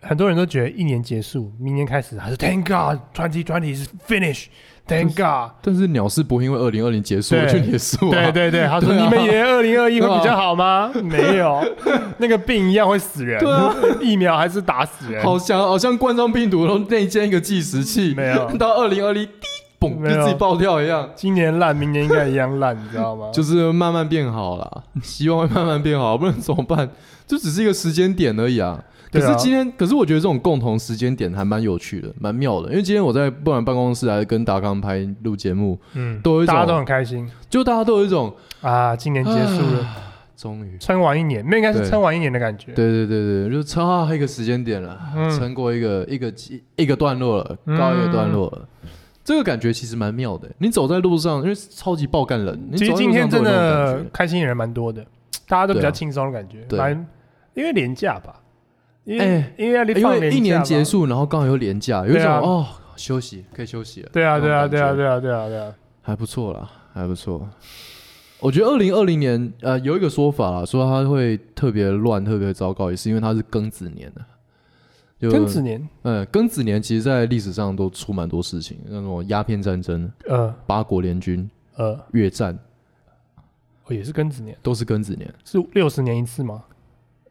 S2: 很多人都觉得一年结束，明年开始，他说 Thank God 2020 is finish, Thank God。
S1: 但是鸟事不会因为二零二零结束
S2: 对
S1: 就结束啊，
S2: 对对对，他说
S1: 对啊
S2: 你们以为二零二一会
S1: 对啊
S2: 比较好吗？没 有，那个病一样会死人
S1: 对啊，
S2: 疫苗还是打死人。
S1: 好像好像冠状病毒然后内建一个计时器，
S2: 没有
S1: 到二零二零滴嘣
S2: 没有
S1: 就自己爆掉一样，
S2: 今年烂，明年应该一样烂，你知道吗？
S1: 就是慢慢变好啦，希望会慢慢变好，不然怎么办？这只是一个时间点而已啊。可
S2: 对啊
S1: 是今天，可是我觉得这种共同时间点还蛮有趣的，蛮妙的。因为今天我在不管办公室还是跟达康拍录节目，
S2: 嗯，
S1: 都有一种
S2: 大家都很开心
S1: 就大家都有一种
S2: 啊，今年结束了，
S1: 终于，
S2: 撑完一年，那应该是
S1: 对
S2: 撑完一年的感觉。
S1: 对对对对，就撑到一个时间点了，
S2: 嗯
S1: 撑过一个一个一个段落了，
S2: 嗯
S1: 告一个段落了。这个感觉其实蛮妙的。欸你走在路上，因为超级爆干人，你
S2: 其
S1: 走在
S2: 实今
S1: 路上
S2: 天
S1: 都
S2: 真
S1: 有那种感
S2: 的
S1: 觉。
S2: 开心的人蛮多的，大家都比
S1: 对
S2: 较
S1: 啊
S2: 轻松的感觉，
S1: 对
S2: 蛮因为廉价吧，因为
S1: 哎
S2: 因为
S1: 因为一年结
S2: 束。
S1: 束，然后刚好又连假，有一
S2: 对
S1: 种
S2: 啊
S1: 哦休息可以休息了。
S2: 对啊，对
S1: 那
S2: 啊，
S1: 种
S2: 对啊，
S1: 感觉，
S2: 对啊，对啊，对啊，
S1: 还不错啦，还不错。我觉得二零二零年呃有一个说法啦，说它会特别乱、特别糟糕，也是因为它是庚子年的、就
S2: 庚子年，
S1: 嗯，庚子年其实在历史上都出蛮多事情，那种鸦片战争、
S2: 呃
S1: 八国联军、
S2: 呃，
S1: 越战
S2: 哦也是庚子年，
S1: 都是庚子年。
S2: 是六十年一次吗？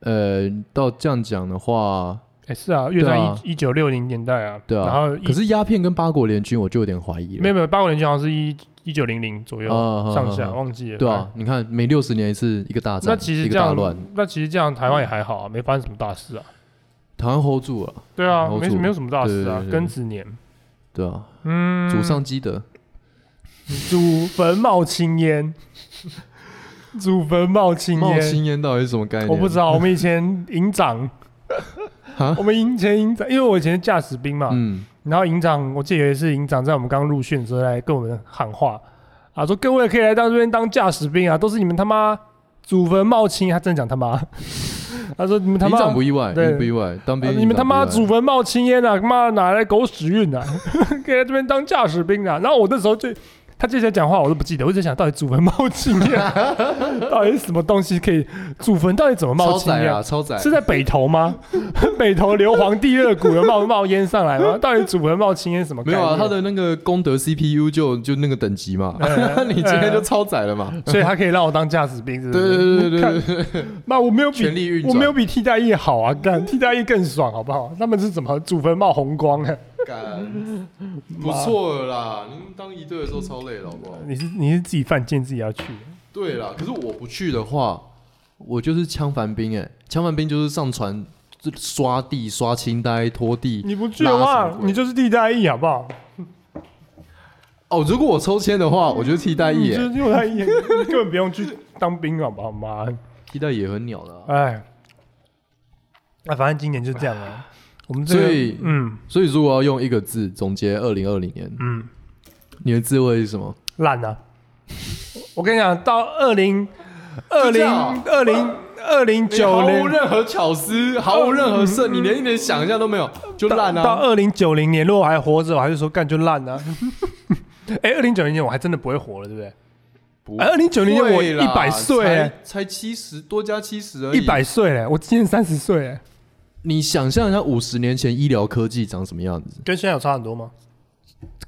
S1: 呃，到这样讲的话，
S2: 哎，是啊，越
S1: 对
S2: 战
S1: 啊
S2: 一一九六零年代啊，
S1: 对啊
S2: 然后
S1: 可
S2: 一
S1: 是鸦片跟八国联军我就有点怀疑了。
S2: 没有没有，八五年就好像是一一九零零左右
S1: 啊啊
S2: 上下，
S1: 啊啊
S2: 忘记了。哎
S1: 对啊，你看每六十年一次一个大战，
S2: 那其实
S1: 一
S2: 这
S1: 个大
S2: 样
S1: 乱，，
S2: 那其实这样台湾也还好啊，没发生什么大事啊。
S1: 台湾 hold 住了，
S2: 对啊，
S1: 嗯然后
S2: 没
S1: 主
S2: 没有什么大事啊，
S1: 对对对
S2: 庚子年，
S1: 对啊，
S2: 嗯，
S1: 祖上积德，
S2: 祖坟冒青烟，祖坟冒青
S1: 冒
S2: 烟。
S1: 青烟到底是什么概念？
S2: 嗯我不知
S1: 道
S2: 道，我们以前营长，
S1: 啊
S2: 我，们以前营长，因为我以前是驾驶兵嘛，
S1: 嗯，
S2: 然后营长，我记得有一次营长在我们刚入训的时候来跟我们喊话，啊，说各位可以来到这边当驾驶兵啊，都是你们他妈祖坟冒青，他真的讲他妈，他说你们他
S1: 营
S2: 妈
S1: 长不意外，
S2: 对
S1: 你不意外，当
S2: 啊
S1: 兵
S2: 你们他妈祖
S1: 主
S2: 坟冒青烟啊！妈哪来狗屎运啊！ 可以来这边当驾驶兵啊！然后我那时候就他之前讲话我都不记得，我一直想到底祖坟冒青烟， 到底是什么东西可以祖坟到底怎么冒
S1: 超
S2: 青
S1: 载
S2: 烟？
S1: 啊，超载，
S2: 是在北投吗？ 北投硫磺地热谷有冒冒烟上来 吗？到底祖坟冒青烟是什么概
S1: 没
S2: 念？
S1: 有啊，他的那个功德 CPU 就就那个等级嘛，
S2: 哎
S1: 你今天就超载了嘛。
S2: 所以他可以让我当驾驶兵，是不
S1: 对
S2: 是？
S1: 对对对
S2: 看
S1: 对对，
S2: 那我没有比
S1: 全力运转
S2: 我没有比替代役好啊，干替代役更爽好不好？他们是怎么祖坟冒红光啊？
S1: 干不错了啦。您当一队的时候超累了，好不好？
S2: 你是你是自己犯贱自己要去的。
S1: 对啦，可是我不去的话，我就是枪凡兵哎、枪凡兵就是上船就刷地、刷青苔、拖地。
S2: 你不去的话
S1: 拉什么，鬼
S2: 你就是替代役，好不好？
S1: 哦，如果我抽签的
S2: 嗯
S1: 话，我觉得替代
S2: 你
S1: 役、
S2: 就是
S1: 欸，
S2: 替代役， 你根本不用去当兵，好不好？妈，
S1: 替代也很鸟的、啊。
S2: 哎，那反正今年就这样啊 了。我们这
S1: 所
S2: 个
S1: 以，
S2: 嗯
S1: 所以如果要用一个字总结二零二零年，
S2: 嗯，
S1: 你的字会是什么？
S2: 烂啊！我跟你讲，到二零
S1: 就
S2: 二
S1: 这
S2: 零
S1: 样啊
S2: 二零二零
S1: 你毫
S2: 九
S1: 无
S2: 零
S1: 任何巧思，毫无任何胜，你连一点想象都没有，就烂
S2: 嗯到
S1: 啊！
S2: 二零九零年，如果我还活着，我还是说干就烂 啊。哎，二零九零年我还真的不会活了，对不对？
S1: 不
S2: 哎，二零九零年我
S1: 对啦
S2: 一百岁欸，
S1: 才才七十多加七十而已。
S2: 一百岁嘞，我今年三十岁
S3: 哎
S2: 嘞，
S1: 你想象一下五十年前医疗科技长什么样子？
S2: 跟现在
S3: 啊
S2: 有差很多吗？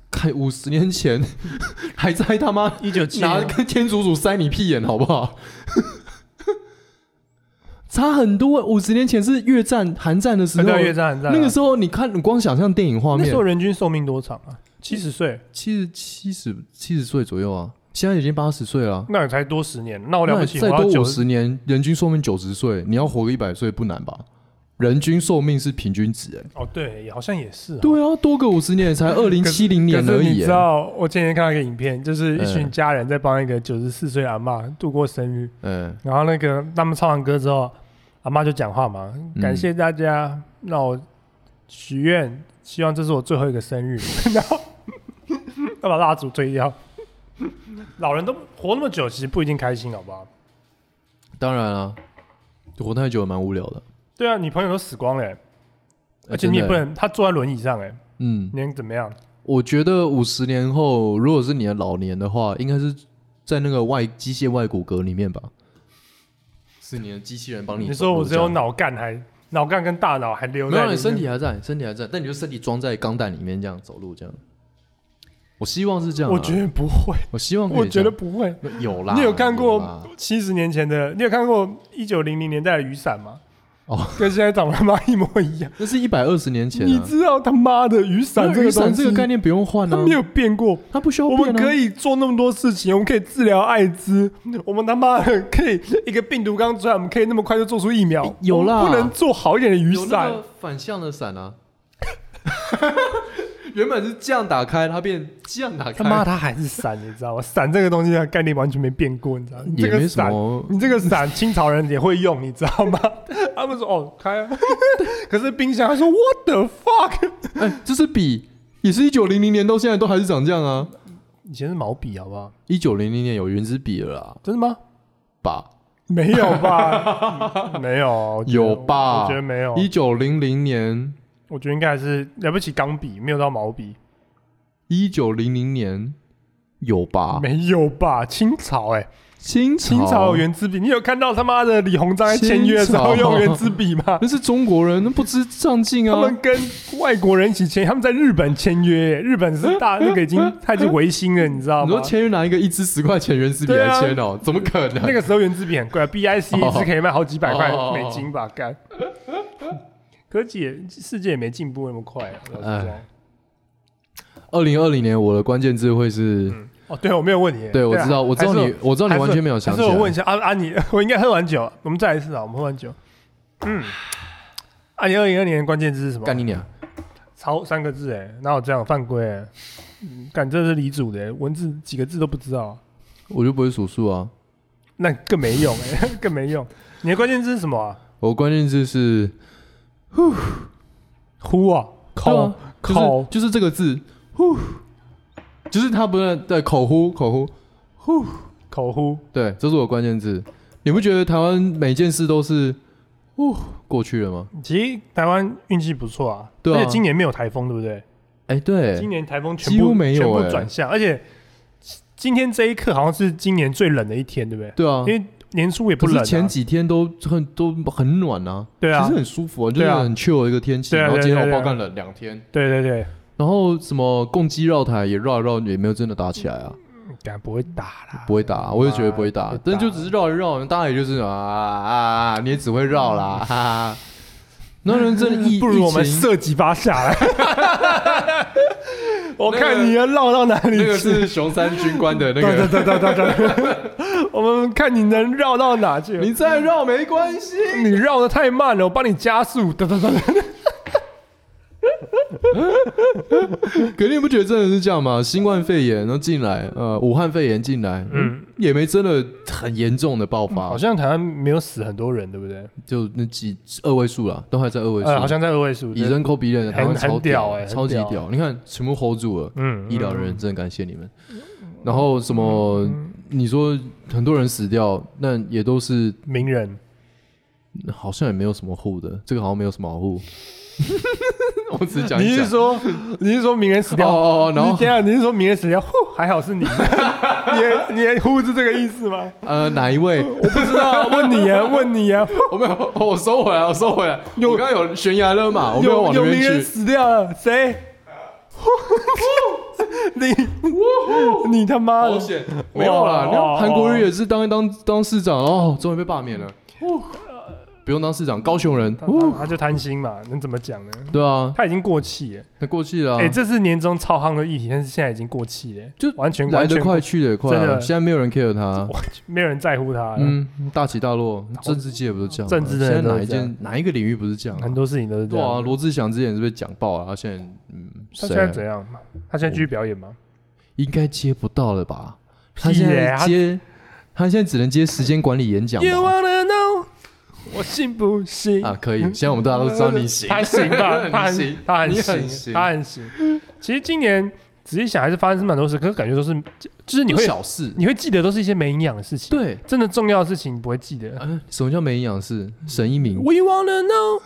S1: 看五十年前 还在他妈
S2: 一九七
S1: 拿个天竺鼠塞你屁眼，好不好？ 差很多欸。五十年前是越战、韩战的时候，
S3: 哎
S2: 对啊，越战很战啊、
S1: 那个时候你看，你光想象电影画
S2: 那
S1: 面
S2: 时候，人均寿命多长啊？
S3: 七十岁，
S1: 七十七十七十岁左右啊，现在已经八十岁了啊、
S3: 那也才多十年，那我了
S1: 那
S3: 不
S1: 你
S3: 起，
S1: 再
S3: 我要
S1: 多
S3: 九
S1: 五，十年，人均寿命九十岁，你要活个一百岁不难吧？人均寿命是平均值、哎，
S3: 哦，对，好像也是、哦，
S1: 对啊，多个五十年才二零七零年
S3: 可
S1: 而
S3: 是你
S1: 已、
S3: 知
S1: 哎，
S3: 道，我前天看到一个影片，就是一群家人在帮一个九十四岁的阿嬷度过生日，
S1: 嗯，
S3: 然后那个他们唱完歌之后，阿嬷就讲话嘛，
S1: 嗯
S3: 感谢大家让我许愿，希望这是我最后一个生日， 然后要把蜡烛推掉。老人都活那么久，其实不一定开心，好不好？
S1: 当然啊，活太久也蛮无聊的，
S3: 对啊，你朋友都死光了欸、
S1: 哎
S3: 而且你也
S1: 真
S3: 不
S1: 的哎
S3: 能，他坐在轮椅上、欸，哎，
S1: 嗯，
S3: 你能怎么样？
S1: 我觉得五十年后，如果是你的老年的话，应该是在那个外机械外骨骼里面吧？是你的机器人帮你走路这样？
S3: 你说我只有脑干还脑干跟大脑还留
S1: 没
S3: 在
S1: 有，
S3: 里
S1: 你
S3: 面
S1: 身体还在，身体还在，但你就身体装在钢弹里面这样走路这样。我希望是这样、啊，
S3: 我觉得不会，
S1: 我希望可以
S3: 我觉得
S1: 这
S3: 不会。
S1: 样有啦。
S3: 你有看过
S1: 啦
S3: 七十年前的？你有看过一九零零年代的雨伞吗？
S1: 哦，
S3: 跟现在长得他妈一模一样。
S1: 那是一百二十年前
S3: 你
S1: 啊。
S3: 知道他妈的雨伞这
S1: 雨
S3: 个东
S1: 伞
S3: 西，
S1: 这个概念不用换
S3: 它
S1: 啊
S3: 没，有变过。
S1: 它不需要
S3: 我
S1: 变啊。
S3: 们可以做那么多事情，我们可以治疗艾滋，我们他妈的可以一个病毒刚出来，我们可以那么快就做出疫苗。
S1: 有
S3: 我们
S1: 啦
S3: 不能做好一点的雨
S1: 有那
S3: 伞
S1: 个？反向的伞啊。 原本是这样打开，它变这样打开。
S3: 他妈，它还是伞，你知道吗？伞这个东西的概念完全没变过，你知道吗？你
S1: 也
S3: 这
S1: 没
S3: 个
S1: 什
S3: 伞
S1: 么。啊
S3: 你这个伞，清朝人也会用，你知道吗？ 他们说哦开、啊， 可是冰箱他说 What the fuck？
S1: 哎、这是笔，也是一九零零年到现在都还是长这样啊。
S3: 以前是毛笔好不好？
S1: 一九零零年有原子笔了啦，
S3: 真的吗？
S1: 吧？
S3: 没有吧？嗯 没有，我觉得
S1: 有吧
S3: 我觉得没有，
S1: 一九零零年，
S3: 我觉得应该还是了不起钢笔，没有到毛笔，
S1: 一九零零年有吧？
S3: 没有吧？清朝哎、
S1: 清朝，
S3: 清朝有圆珠笔，你有看到他妈的李鸿章在签约的时候
S1: 清朝
S3: 用圆珠笔吗？
S1: 那是中国人，那不知上进
S3: 他
S1: 啊。
S3: 们跟外国人一起签，他们在日本签约、哎日本是大那个已经他已经维新了，你知道
S1: 你
S3: 吗
S1: 说？签约拿一个一支十块钱原子笔
S3: 对
S1: 来
S3: 啊
S1: 签哦、怎么可 能？
S3: 那个时候原子笔很贵，BIC 啊一支可以卖好几百块
S1: 哦
S3: 美金吧？干，科技也世界也没进步那么快啊。老实
S1: 哎
S3: 说
S1: 二零二零年我的关键字会是，
S3: 哦，对，我没有问你。
S1: 嗯对我
S3: 啊
S1: 知道，我知道你，我知道你完全没有想
S3: 还
S1: 起
S3: 是我问一
S1: 来。
S3: 下啊啊你， 我应该喝完酒，我们再来一次啊，我们喝完酒。嗯，啊，你二零二年关键字是什么？
S1: 干你娘！
S3: 超三个字哎，哪有这样犯规哎？嗯干这是李主的哎文字几个字都不知道，啊
S1: 我就不会数数啊。
S3: 那更没用哎， 更没用。你的关键字是什么啊？
S1: 我关键字是
S3: 呼啊，
S1: 对
S3: 口
S1: 啊就是
S3: 口
S1: 就是这个字，呼，就是他不是对口呼口呼，
S3: 口呼。
S1: 对，这是我关键字。你不觉得台湾每件事都是呼过去了吗？
S3: 其实台湾运气不错啊，
S1: 对啊
S3: 而且今年没有台风，对不对？
S1: 哎、
S3: 今
S1: 对，
S3: 年台风全部
S1: 几乎没有
S3: 全部
S1: 欸
S3: 转向，而且今天这一刻好像是今年最冷的一天，对不对？
S1: 对啊
S3: 因，为年初也不
S1: 可
S3: 冷、
S1: 是
S3: 啊，
S1: 前几天都很都很暖啊，
S3: 对啊
S1: 其实，很舒服、啊，就
S3: 对
S1: 是
S3: 啊
S1: 很 chill 的一个天气。
S3: 对啊
S1: 然后
S3: 对啊
S1: 今天
S3: 对
S1: 我
S3: 啊
S1: 爆干了两天，
S3: 对对对，
S1: 然后什么共机绕台也绕一绕，也没有真的打起来啊，
S3: 感觉不会打啦，
S1: 不会打，我也觉得不会打
S3: 会打，
S1: 但就只是绕一绕，大家也就是啊啊，啊你也只会绕啦，哈、哈。那人真的疫
S3: 嗯 不如我们
S1: 疫情
S3: 射几发下来。 我看你要绕到哪里
S1: 那个
S3: 去？
S1: 是熊山军官的那
S3: 对对
S1: 个，
S3: 对对对对， 我们看你能绕到哪去？
S1: 你
S3: 你
S1: 再绕没关系。
S3: 你绕的太慢了，我帮你加速。对对对对，
S1: 可你不觉得真的是这样吗？新冠肺炎然后进来，呃，武汉肺炎进来，嗯
S3: 嗯，
S1: 也没真的很严重的爆发，
S3: 好像台湾没有死很多人，对不对？
S1: 就那几二位数啦，都还在二位数，
S3: 呃，好像在二位数。
S1: 以
S3: 对
S1: 人口比例来讲，台湾
S3: 很很
S1: 超
S3: 屌欸很
S1: 超级
S3: 屌
S1: 屌。你看全部 hold 住了，
S3: 嗯，嗯
S1: 医疗人员真的感谢你们。然后什么？你说很多人死掉，那也都是
S3: 名人，
S1: 好像也没有什么护的，这个好像没有什么好护。 我只是讲一讲，
S3: 你是说你是说名人死掉？啊
S1: 哦哦哦然后
S3: 你等一下你是说名人死掉？呼，还 好是你，你也你也呼是这个意思吗？
S1: 呃哪一位？
S3: 我不知道，问你啊，问你啊，
S1: 我没有，哦我收回来，我收回来。我刚刚有悬崖勒马，我没
S3: 有
S1: 往
S3: 有
S1: 那
S3: 名人
S1: 边去。
S3: 死掉了，谁？你你他妈
S1: 好
S3: 的！
S1: 险，没有啦。
S3: 哇哦
S1: 哦你看韩国瑜也是当一当当市长，哦，终于被罢免了。不用当市长，高雄人
S3: 他，他他就贪心嘛，能怎么讲呢？
S1: 对啊，
S3: 他已经过气了，
S1: 那过去了啊、
S3: 哎，这是年终超夯的议题，但是现在已经过气了，
S1: 就
S3: 完全
S1: 来
S3: 完
S1: 得
S3: 全
S1: 快去得也快
S3: 真
S1: 啊，
S3: 的
S1: 现在没有人 care 他，
S3: 没有人在乎他了，
S1: 嗯，大起大落，政治界不是这样吗？
S3: 政治
S1: 现
S3: 真
S1: 在
S3: 的都
S1: 哪
S3: 是
S1: 一
S3: 这样
S1: 件哪一个领域不是这样啊、
S3: 很多事情都是这
S1: 对啊，
S3: 样。
S1: 罗志祥之前是被讲爆啊了，他现在嗯，谁
S3: 他现在
S1: 啊
S3: 怎样？他现在继续表演吗？
S1: 应该接不到了吧？
S3: 屁
S1: 他现在
S3: 嘞他
S1: 接，他现在只能接时间管理演讲
S3: You
S1: 吧
S3: wanna know？我信不信？
S1: 啊，可以。现在我们大家都知道你行，
S3: 他行吧？他
S1: 你
S3: 很
S1: 行，
S3: 他很
S1: 你很
S3: 行，他很行。其实今年仔细想，还是发生这么多事，可是感觉都是，就是你
S1: 你
S3: 会
S1: 小事，
S3: 你会记得都是一些没营养的事情，
S1: 对。
S3: 真的重要的事情你不会记得。
S1: 啊什么叫没营养？是沈一鸣
S3: We wanna know，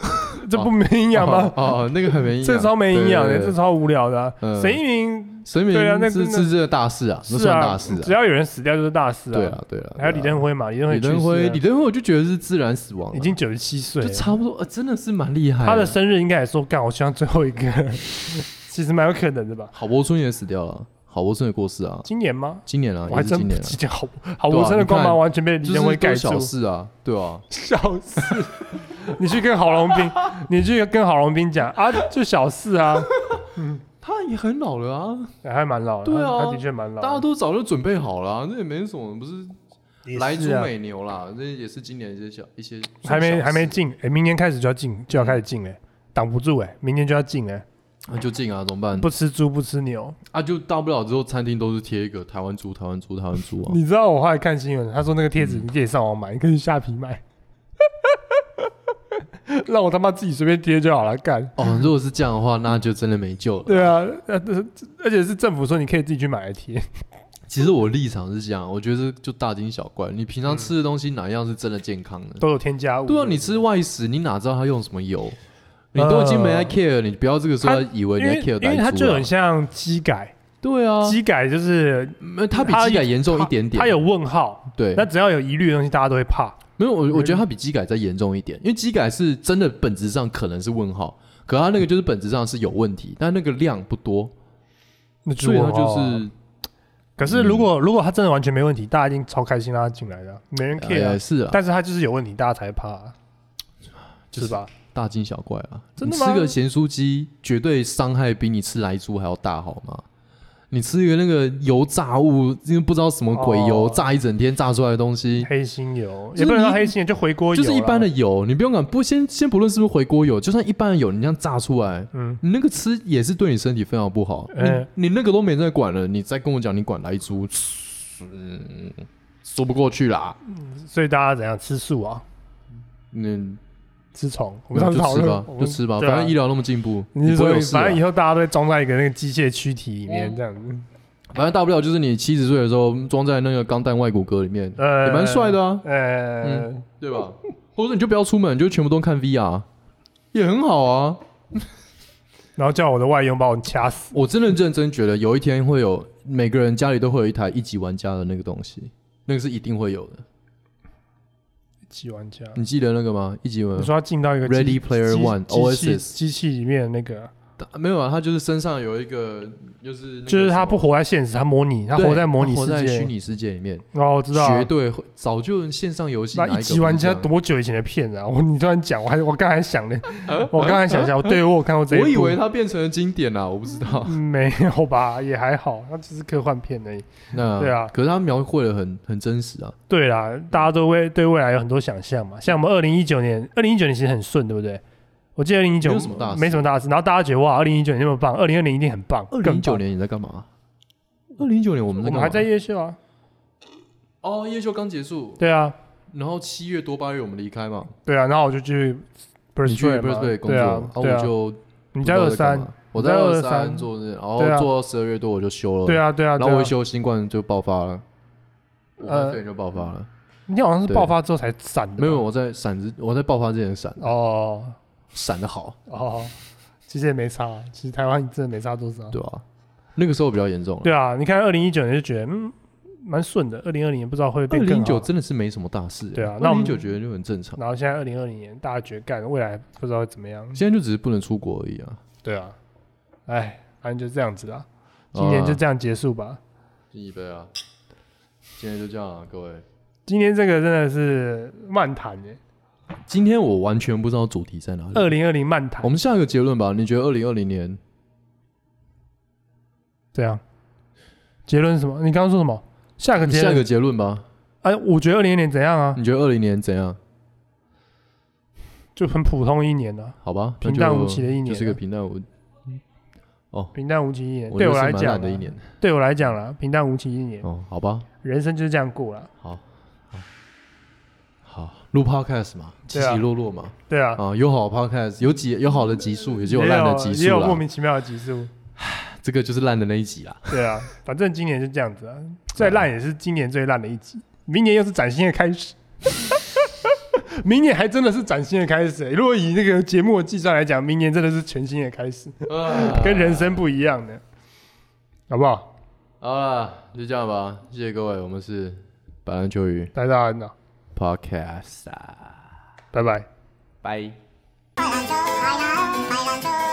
S3: 这不 没营养
S1: 哦
S3: 吗？
S1: 哦，哦那个很没营养，
S3: 这超没营养的，
S1: 对
S3: 这
S1: 对对
S3: 超无聊的啊
S1: 嗯。
S3: 沈一鸣
S1: 沈一鸣
S3: 对啊那
S1: 是
S3: 真的
S1: 是这个大事啊，那
S3: 是
S1: 算
S3: 啊
S1: 大事，
S3: 只要有人死掉就是大事
S1: 对啊，对啊。
S3: 还有李
S1: 对啊
S3: 登辉嘛，李登辉
S1: 李
S3: 去世
S1: 登辉，
S3: 了
S1: 李登辉，我就觉得是自然死亡了，
S3: 已经九十七岁
S1: 就
S3: 了，
S1: 差不多，呃，真的是蛮厉害。
S3: 他的生日应该也说干，我希望最后一个， 其实蛮有可能的吧？
S1: 郝柏村也死掉了，郝柏村也过世啊，
S3: 今年吗？
S1: 今年啊，
S3: 我
S1: 也
S3: 还
S1: 是
S3: 真
S1: 今
S3: 不
S1: 年啊
S3: 记，得好好，我真的光芒完全被李
S1: 就是
S3: 登辉盖
S1: 都
S3: 住
S1: 小，事啊，对啊，
S3: 小事。 你去跟郝龙斌，你去跟郝龙斌讲啊，就小事啊，
S1: 他也很老了啊，
S3: 哎还蛮老的，
S1: 对啊
S3: 他他的确蛮老的，
S1: 大家都早就准备好了、啊，那也没什么，不是
S3: 也
S1: 来猪
S3: 是啊
S1: 美牛啦，这也是今年一些小一些
S3: 还没
S1: 小事
S3: 还没进，哎，明年开始就要进，就要开始进哎，挡不住哎，明年就要进哎，
S1: 啊就进啊，怎么办？
S3: 不吃猪不吃牛，
S1: 啊，就大不了之后餐厅都是贴一个台湾猪、台湾猪、台湾猪啊，
S3: 你知道我后来看新闻，他说那个贴
S1: 嗯
S3: 纸你自己上网买，你可以去虾皮买， 让我他妈自己随便贴就好了，干。
S1: 哦，如果是这样的话，那就真的没救了。
S3: 对啊，呃，这这而且是政府说你可以自己去买来贴，
S1: 其实我立场是这样，我觉得就大惊小怪，你平常吃的东西哪一样是真的健康的？
S3: 都有添加物。
S1: 对啊，你吃外食，你哪知道他用什么油？你都已经没在 care，、你不要这个时候还以为
S3: 呃因
S1: 你在
S3: 为
S1: care
S3: 因为它
S1: 奶猪
S3: 就
S1: 了
S3: 很。像机改，
S1: 对啊，
S3: 机改就是
S1: 嗯它比机改严重一点点。
S3: 它有问号，
S1: 对
S3: 那，嗯只要有疑虑的东西，大家都会怕。
S1: 没有我我觉得它比机改再严重一点，因为机改是真的本质上可能是问号，可它那个就是本质上是有问题，但那个量不多，
S3: 那
S1: 所以它
S3: 问号
S1: 就
S3: 啊，
S1: 是
S3: 可是
S1: 嗯
S3: 如果如果它真的完全没问题，大家一定超开心让它进来的啊，没人 care 啊
S1: 哎。是啊，
S3: 但是它就是有问题，大家才怕啊，
S1: 就是是
S3: 吧？
S1: 大惊小怪啊！
S3: 真的
S1: 你
S3: 吗
S1: 吃个咸酥鸡，绝对伤害比你吃来猪还要大，好吗？你吃一个那个油炸物，因为不知道什么鬼油、
S3: 哦
S1: 炸一整天炸出来的东西，
S3: 黑心油，
S1: 就是
S3: 也不能
S1: 你
S3: 说
S2: 啊
S3: 黑心油，就回锅油
S1: 就
S3: 啦，
S1: 是一般的油，你不用管，不先先不论是不是回锅油，就算一般的油，你这样炸出来，
S3: 嗯，
S1: 你那个吃也是对你身体非常不好。
S3: 嗯
S1: 你你那个都没人在管了，你再跟我讲你管来猪，嗯，说不过去啦。
S3: 所以大家怎样吃素啊？
S1: 嗯，
S3: 吃虫，我们
S1: 就
S3: 上次讨
S1: 吃
S3: 论
S1: 吧，
S3: 我，们
S1: 就吃吧，
S3: 对啊
S1: 反正医疗那么进步，
S3: 你
S1: 你
S3: 是
S1: 不会
S3: 说
S1: 有，事啊
S3: 反正以后大家都会装在一个那个机械躯体里面
S1: 嗯
S3: 这样子，
S1: 反正大不了就是你七十岁的时候装在那个钢弹外骨骼里面，
S3: 呃，
S1: 也蛮帅的啊，
S3: 呃，
S1: 对吧？或者你就不要出门，你就全部都看 VR，也很好啊。
S3: 然后叫我的外佣把我掐死，
S1: 我真的认真觉得有一天会有每个人家里都会有一台一级玩家的那个东西，那个是一定会有的。
S3: 机玩家，
S1: 你记得那个吗？一级玩
S3: 你说要进到一个机
S1: Ready Player
S3: 机
S1: One
S3: 机器
S1: Oasis
S3: 机器里面的那个，
S1: 没有啊，他就是身上有一个，就是
S3: 就是他不活在现实，他模拟，他活在模拟
S1: 活
S3: 世
S1: 在虚
S3: 界，
S1: 拟世界里面，
S3: 哦，我知道啊，
S1: 绝对会早就线上游戏哪
S3: 那
S1: 个
S3: 一级玩家
S1: 不是
S3: 多久以前的片啊？我你突然讲，我还我刚 才想的，我刚才想一下，我对我有看过
S1: 这
S3: 这一
S1: 样
S3: 部，
S1: 啊我以为它变成了经典啊啦，我不知道。
S3: 嗯没有吧，也还好，那只是科幻片而已。
S1: 那
S3: 对啊
S1: 可是他描绘的很很真实啊。
S3: 对啦，大家都会对未来有很多想象嘛。像我们二零一九年，二零一九年其实很顺，对不对？我记得二零一九
S1: 没有什么大事
S3: 没什么大事，然后大家觉得哇，二零一九年那么棒，二零二零一定很棒。
S1: 二零
S3: 更棒
S1: 一九，年你在干嘛？二零一九年我们在
S3: 我
S1: 干嘛
S3: 们还在夜秀啊。
S1: 哦，夜秀刚结束，
S3: 对啊，
S1: 然后七月多八月我们离开嘛，
S3: 对啊，然后我就去
S1: 你去
S3: Brisbane
S1: b r i s b a n 工
S3: 对
S1: 作，
S3: 啊
S1: 然，后
S3: 对
S1: 我
S3: 啊，
S1: 就
S3: 你
S1: 不
S3: 在
S1: 知道
S3: 二
S1: 在干
S3: 三
S1: 嘛，我在
S3: 在
S1: 二
S3: 23
S1: 三做那，然后
S3: 对啊
S1: 做到十二月多我就休了，
S3: 对啊，对啊，呃
S1: 然后我一
S3: 对啊
S1: 休新冠就爆发了，武汉肺炎就爆发了，
S3: 你好像是
S1: 对
S3: 爆发之后才散的吧，
S1: 没有我在闪之我在爆发之前闪
S3: 哦
S1: 闪的好，
S3: 哦，其实也没差，啊其实台湾真的没差多少。
S1: 对吧？那个时候比较严重了，
S3: 啊对啊，你看二零一九年就觉得嗯蛮顺的，二零二零年不知道会
S1: 二
S3: 变
S1: 零
S3: 更
S1: 一九
S3: 好。啊
S1: 真的是没什么大事，欸
S3: 对啊那
S1: 二零
S3: 我们
S1: 一九觉得就很正常，
S3: 然后现在二零二零年，大家觉得干未来不知道会怎么样。
S1: 现在就只是不能出国而已啊，
S3: 对啊，哎，反正就这样子啦，今年就
S1: 样，
S3: 这样结束吧。
S1: 敬一杯啊，今天就这样啊，各位。
S3: 今天这个真的是漫谈耶，欸
S1: 今天我完全不知道主题在哪里。
S3: 二零二零漫谈
S1: 我们下一个结论吧，你觉得二零二零年
S3: 这样。啊结论是什么？你刚刚说什么？下个结
S1: 下一
S3: 论？
S1: 个嗯结论吧？
S3: 哎，我觉得二零年怎样啊？
S1: 你觉得二零年怎样？
S3: 就很普通一年啊，
S1: 好吧，那
S3: 平淡
S1: 就
S3: 无奇的一年
S1: 就是个
S3: 啊
S1: 平淡无。哦，
S3: 平淡无奇一年。
S1: 我
S3: 对
S1: 觉
S3: 我
S1: 得
S3: 来
S1: 是蛮
S3: 讲啊
S1: 烂，的一年。
S3: 对我来讲啦，平淡无奇一年，
S1: 哦，好吧，
S3: 人生就是这样过了。
S1: 好，好好，录 podcast 嘛，起
S3: 对啊
S1: 起落落嘛，
S3: 对啊，
S1: 啊，有好的 podcast，有几有好的集数，也就有
S3: 也
S1: 烂的
S3: 有
S1: 集
S3: 也
S1: 数
S3: 有莫
S1: 啦。
S3: 名其妙的集数。
S1: 这个就是烂的那一集啦。
S3: 对啊，反正今年就这样子啊，再烂也是今年最烂的一集，明年又是崭新的开始。 明年还真的是崭新的开始、欸。如果以那个节目的计算来讲，明年真的是全新的开始，跟人生不一样的，好不好？
S1: 好啦，就这样吧，谢谢各位，我们是百兰秋鱼
S3: 大家安呐，
S1: podcast，啊
S3: 拜拜。
S1: 拜。
S4: 快篮球，快篮，快篮球。